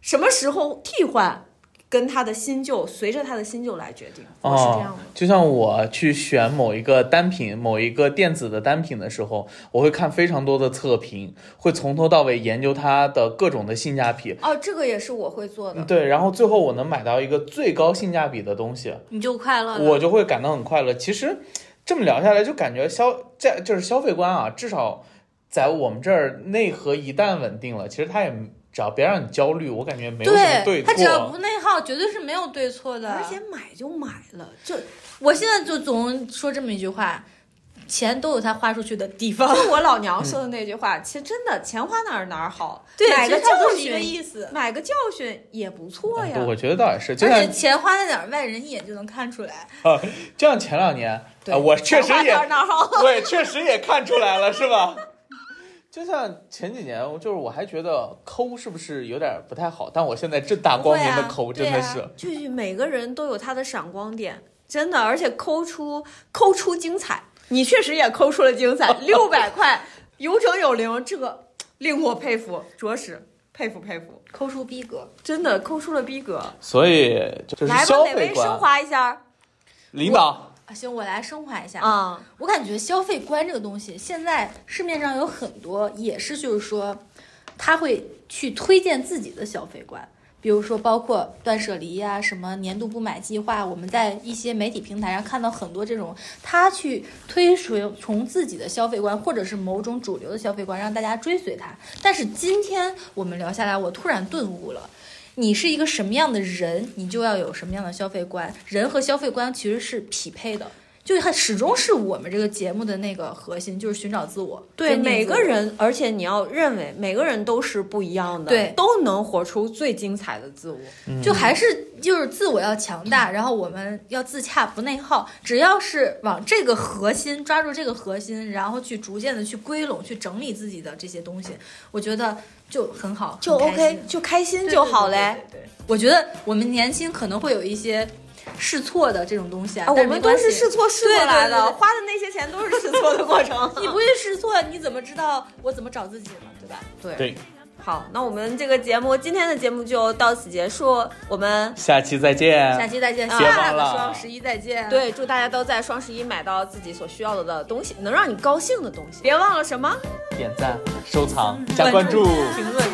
S1: 什么时候替换，跟它的新旧随着它的新旧来决定，我是这样的。
S2: 哦就像我去选某一个单品、某一个电子的单品的时候，我会看非常多的测评，会从头到尾研究它的各种的性价比。
S1: 哦，这个也是我会做的。
S2: 对，然后最后我能买到一个最高性价比的东西，
S3: 你就快乐了。
S2: 我就会感到很快乐。其实这么聊下来，就感觉消这就是消费观啊，至少在我们这儿内核一旦稳定了，其实它也只要别让你焦虑，我感觉没有什么
S3: 对，
S2: 错。
S3: 他只要不内耗，绝对是没有对错的。
S1: 而且买就买了，就
S3: 我现在就总说这么一句话：钱都有他花出去的地方。
S1: 就我老娘说的那句话，其实真的钱花哪儿哪儿好，
S3: 对，
S1: 买
S3: 其
S1: 个
S3: 实它
S1: 教
S3: 都是一个
S1: 训，
S3: 意思。
S1: 买个教训也不错呀
S2: 嗯。我觉得倒也是，就
S3: 而
S2: 像
S3: 且钱花在哪儿，外人一眼就能看出来。
S2: 就像前两年，
S1: 对
S2: 啊我确实
S1: 钱花
S2: 也
S1: 哪儿哪儿好，
S2: 对，确实也看出来了，是吧？就像前几年，我就是我还觉得抠是不是有点不太好，但我现在正大光明的抠，
S3: 不会啊
S2: 真的是、
S1: 就是每个人都有他的闪光点，真的，而且抠出抠出精彩，你确实也抠出了精彩，六 百块有整有零，这个令我佩服，着实佩服佩服，
S3: 抠出逼格。
S1: 真的抠出了逼格。
S2: 所以就是
S1: 来吧，
S2: 消
S1: 哪
S2: 费
S1: 位升
S2: 观。
S1: 华一下
S2: 领导，
S3: 啊，行，我来升华一
S2: 嗯
S3: 下。
S1: 啊？
S3: 我感觉消费观这个东西，现在市面上有很多也是，就是说，他会去推荐自己的消费观，比如说包括断舍离呀、啊什么年度不买计划，我们在一些媒体平台上看到很多这种，他去推崇从自己的消费观，或者是某种主流的消费观，让大家追随他。但是今天我们聊下来，我突然顿悟了。你是一个什么样的人，你就要有什么样的消费观。人和消费观其实是匹配的。就它始终是我们这个节目的那个核心，就是寻找自我。
S1: 对
S3: 坚定
S1: 每
S3: 自我
S1: 个，人，而且你要认为每个人都是不一样的，
S3: 对
S1: 都能活出最精彩的自我。
S2: 嗯
S3: 就还是就是自我要强大，然后我们要自洽不内耗。只要是往这个核心抓住这个核心，然后去逐渐的去归拢、去整理自己的这些东西，我觉得就很好，
S1: 就
S3: 很开
S1: OK，
S3: 心
S1: 就开心
S3: 对
S1: 就好嘞。。
S3: 对对对对对我觉得我们年轻可能会有一些试错的这种东西啊，
S1: 啊，我
S3: 但没
S1: 们
S3: 关
S1: 都是
S3: 系
S1: 试错试过
S3: 对对
S1: 来的，
S3: 对对
S1: 花的那些钱都是试错的过程。
S3: 你不会试错，你怎么知道我怎么找自己呢？对吧？
S1: 对
S2: 对，
S1: 好，那我们这个节目今天的节目就到此结束，我们。
S2: 下期再见，
S3: 下期再见，
S1: 啊
S3: 下
S2: 哎别忘
S3: 个
S2: 了
S3: 双十一再 见。，
S1: 对，祝大家都在双十一买到自己所需要的东西，能让你高兴的东西。别忘了什么
S2: 点赞、收藏、加关注。
S1: 评论。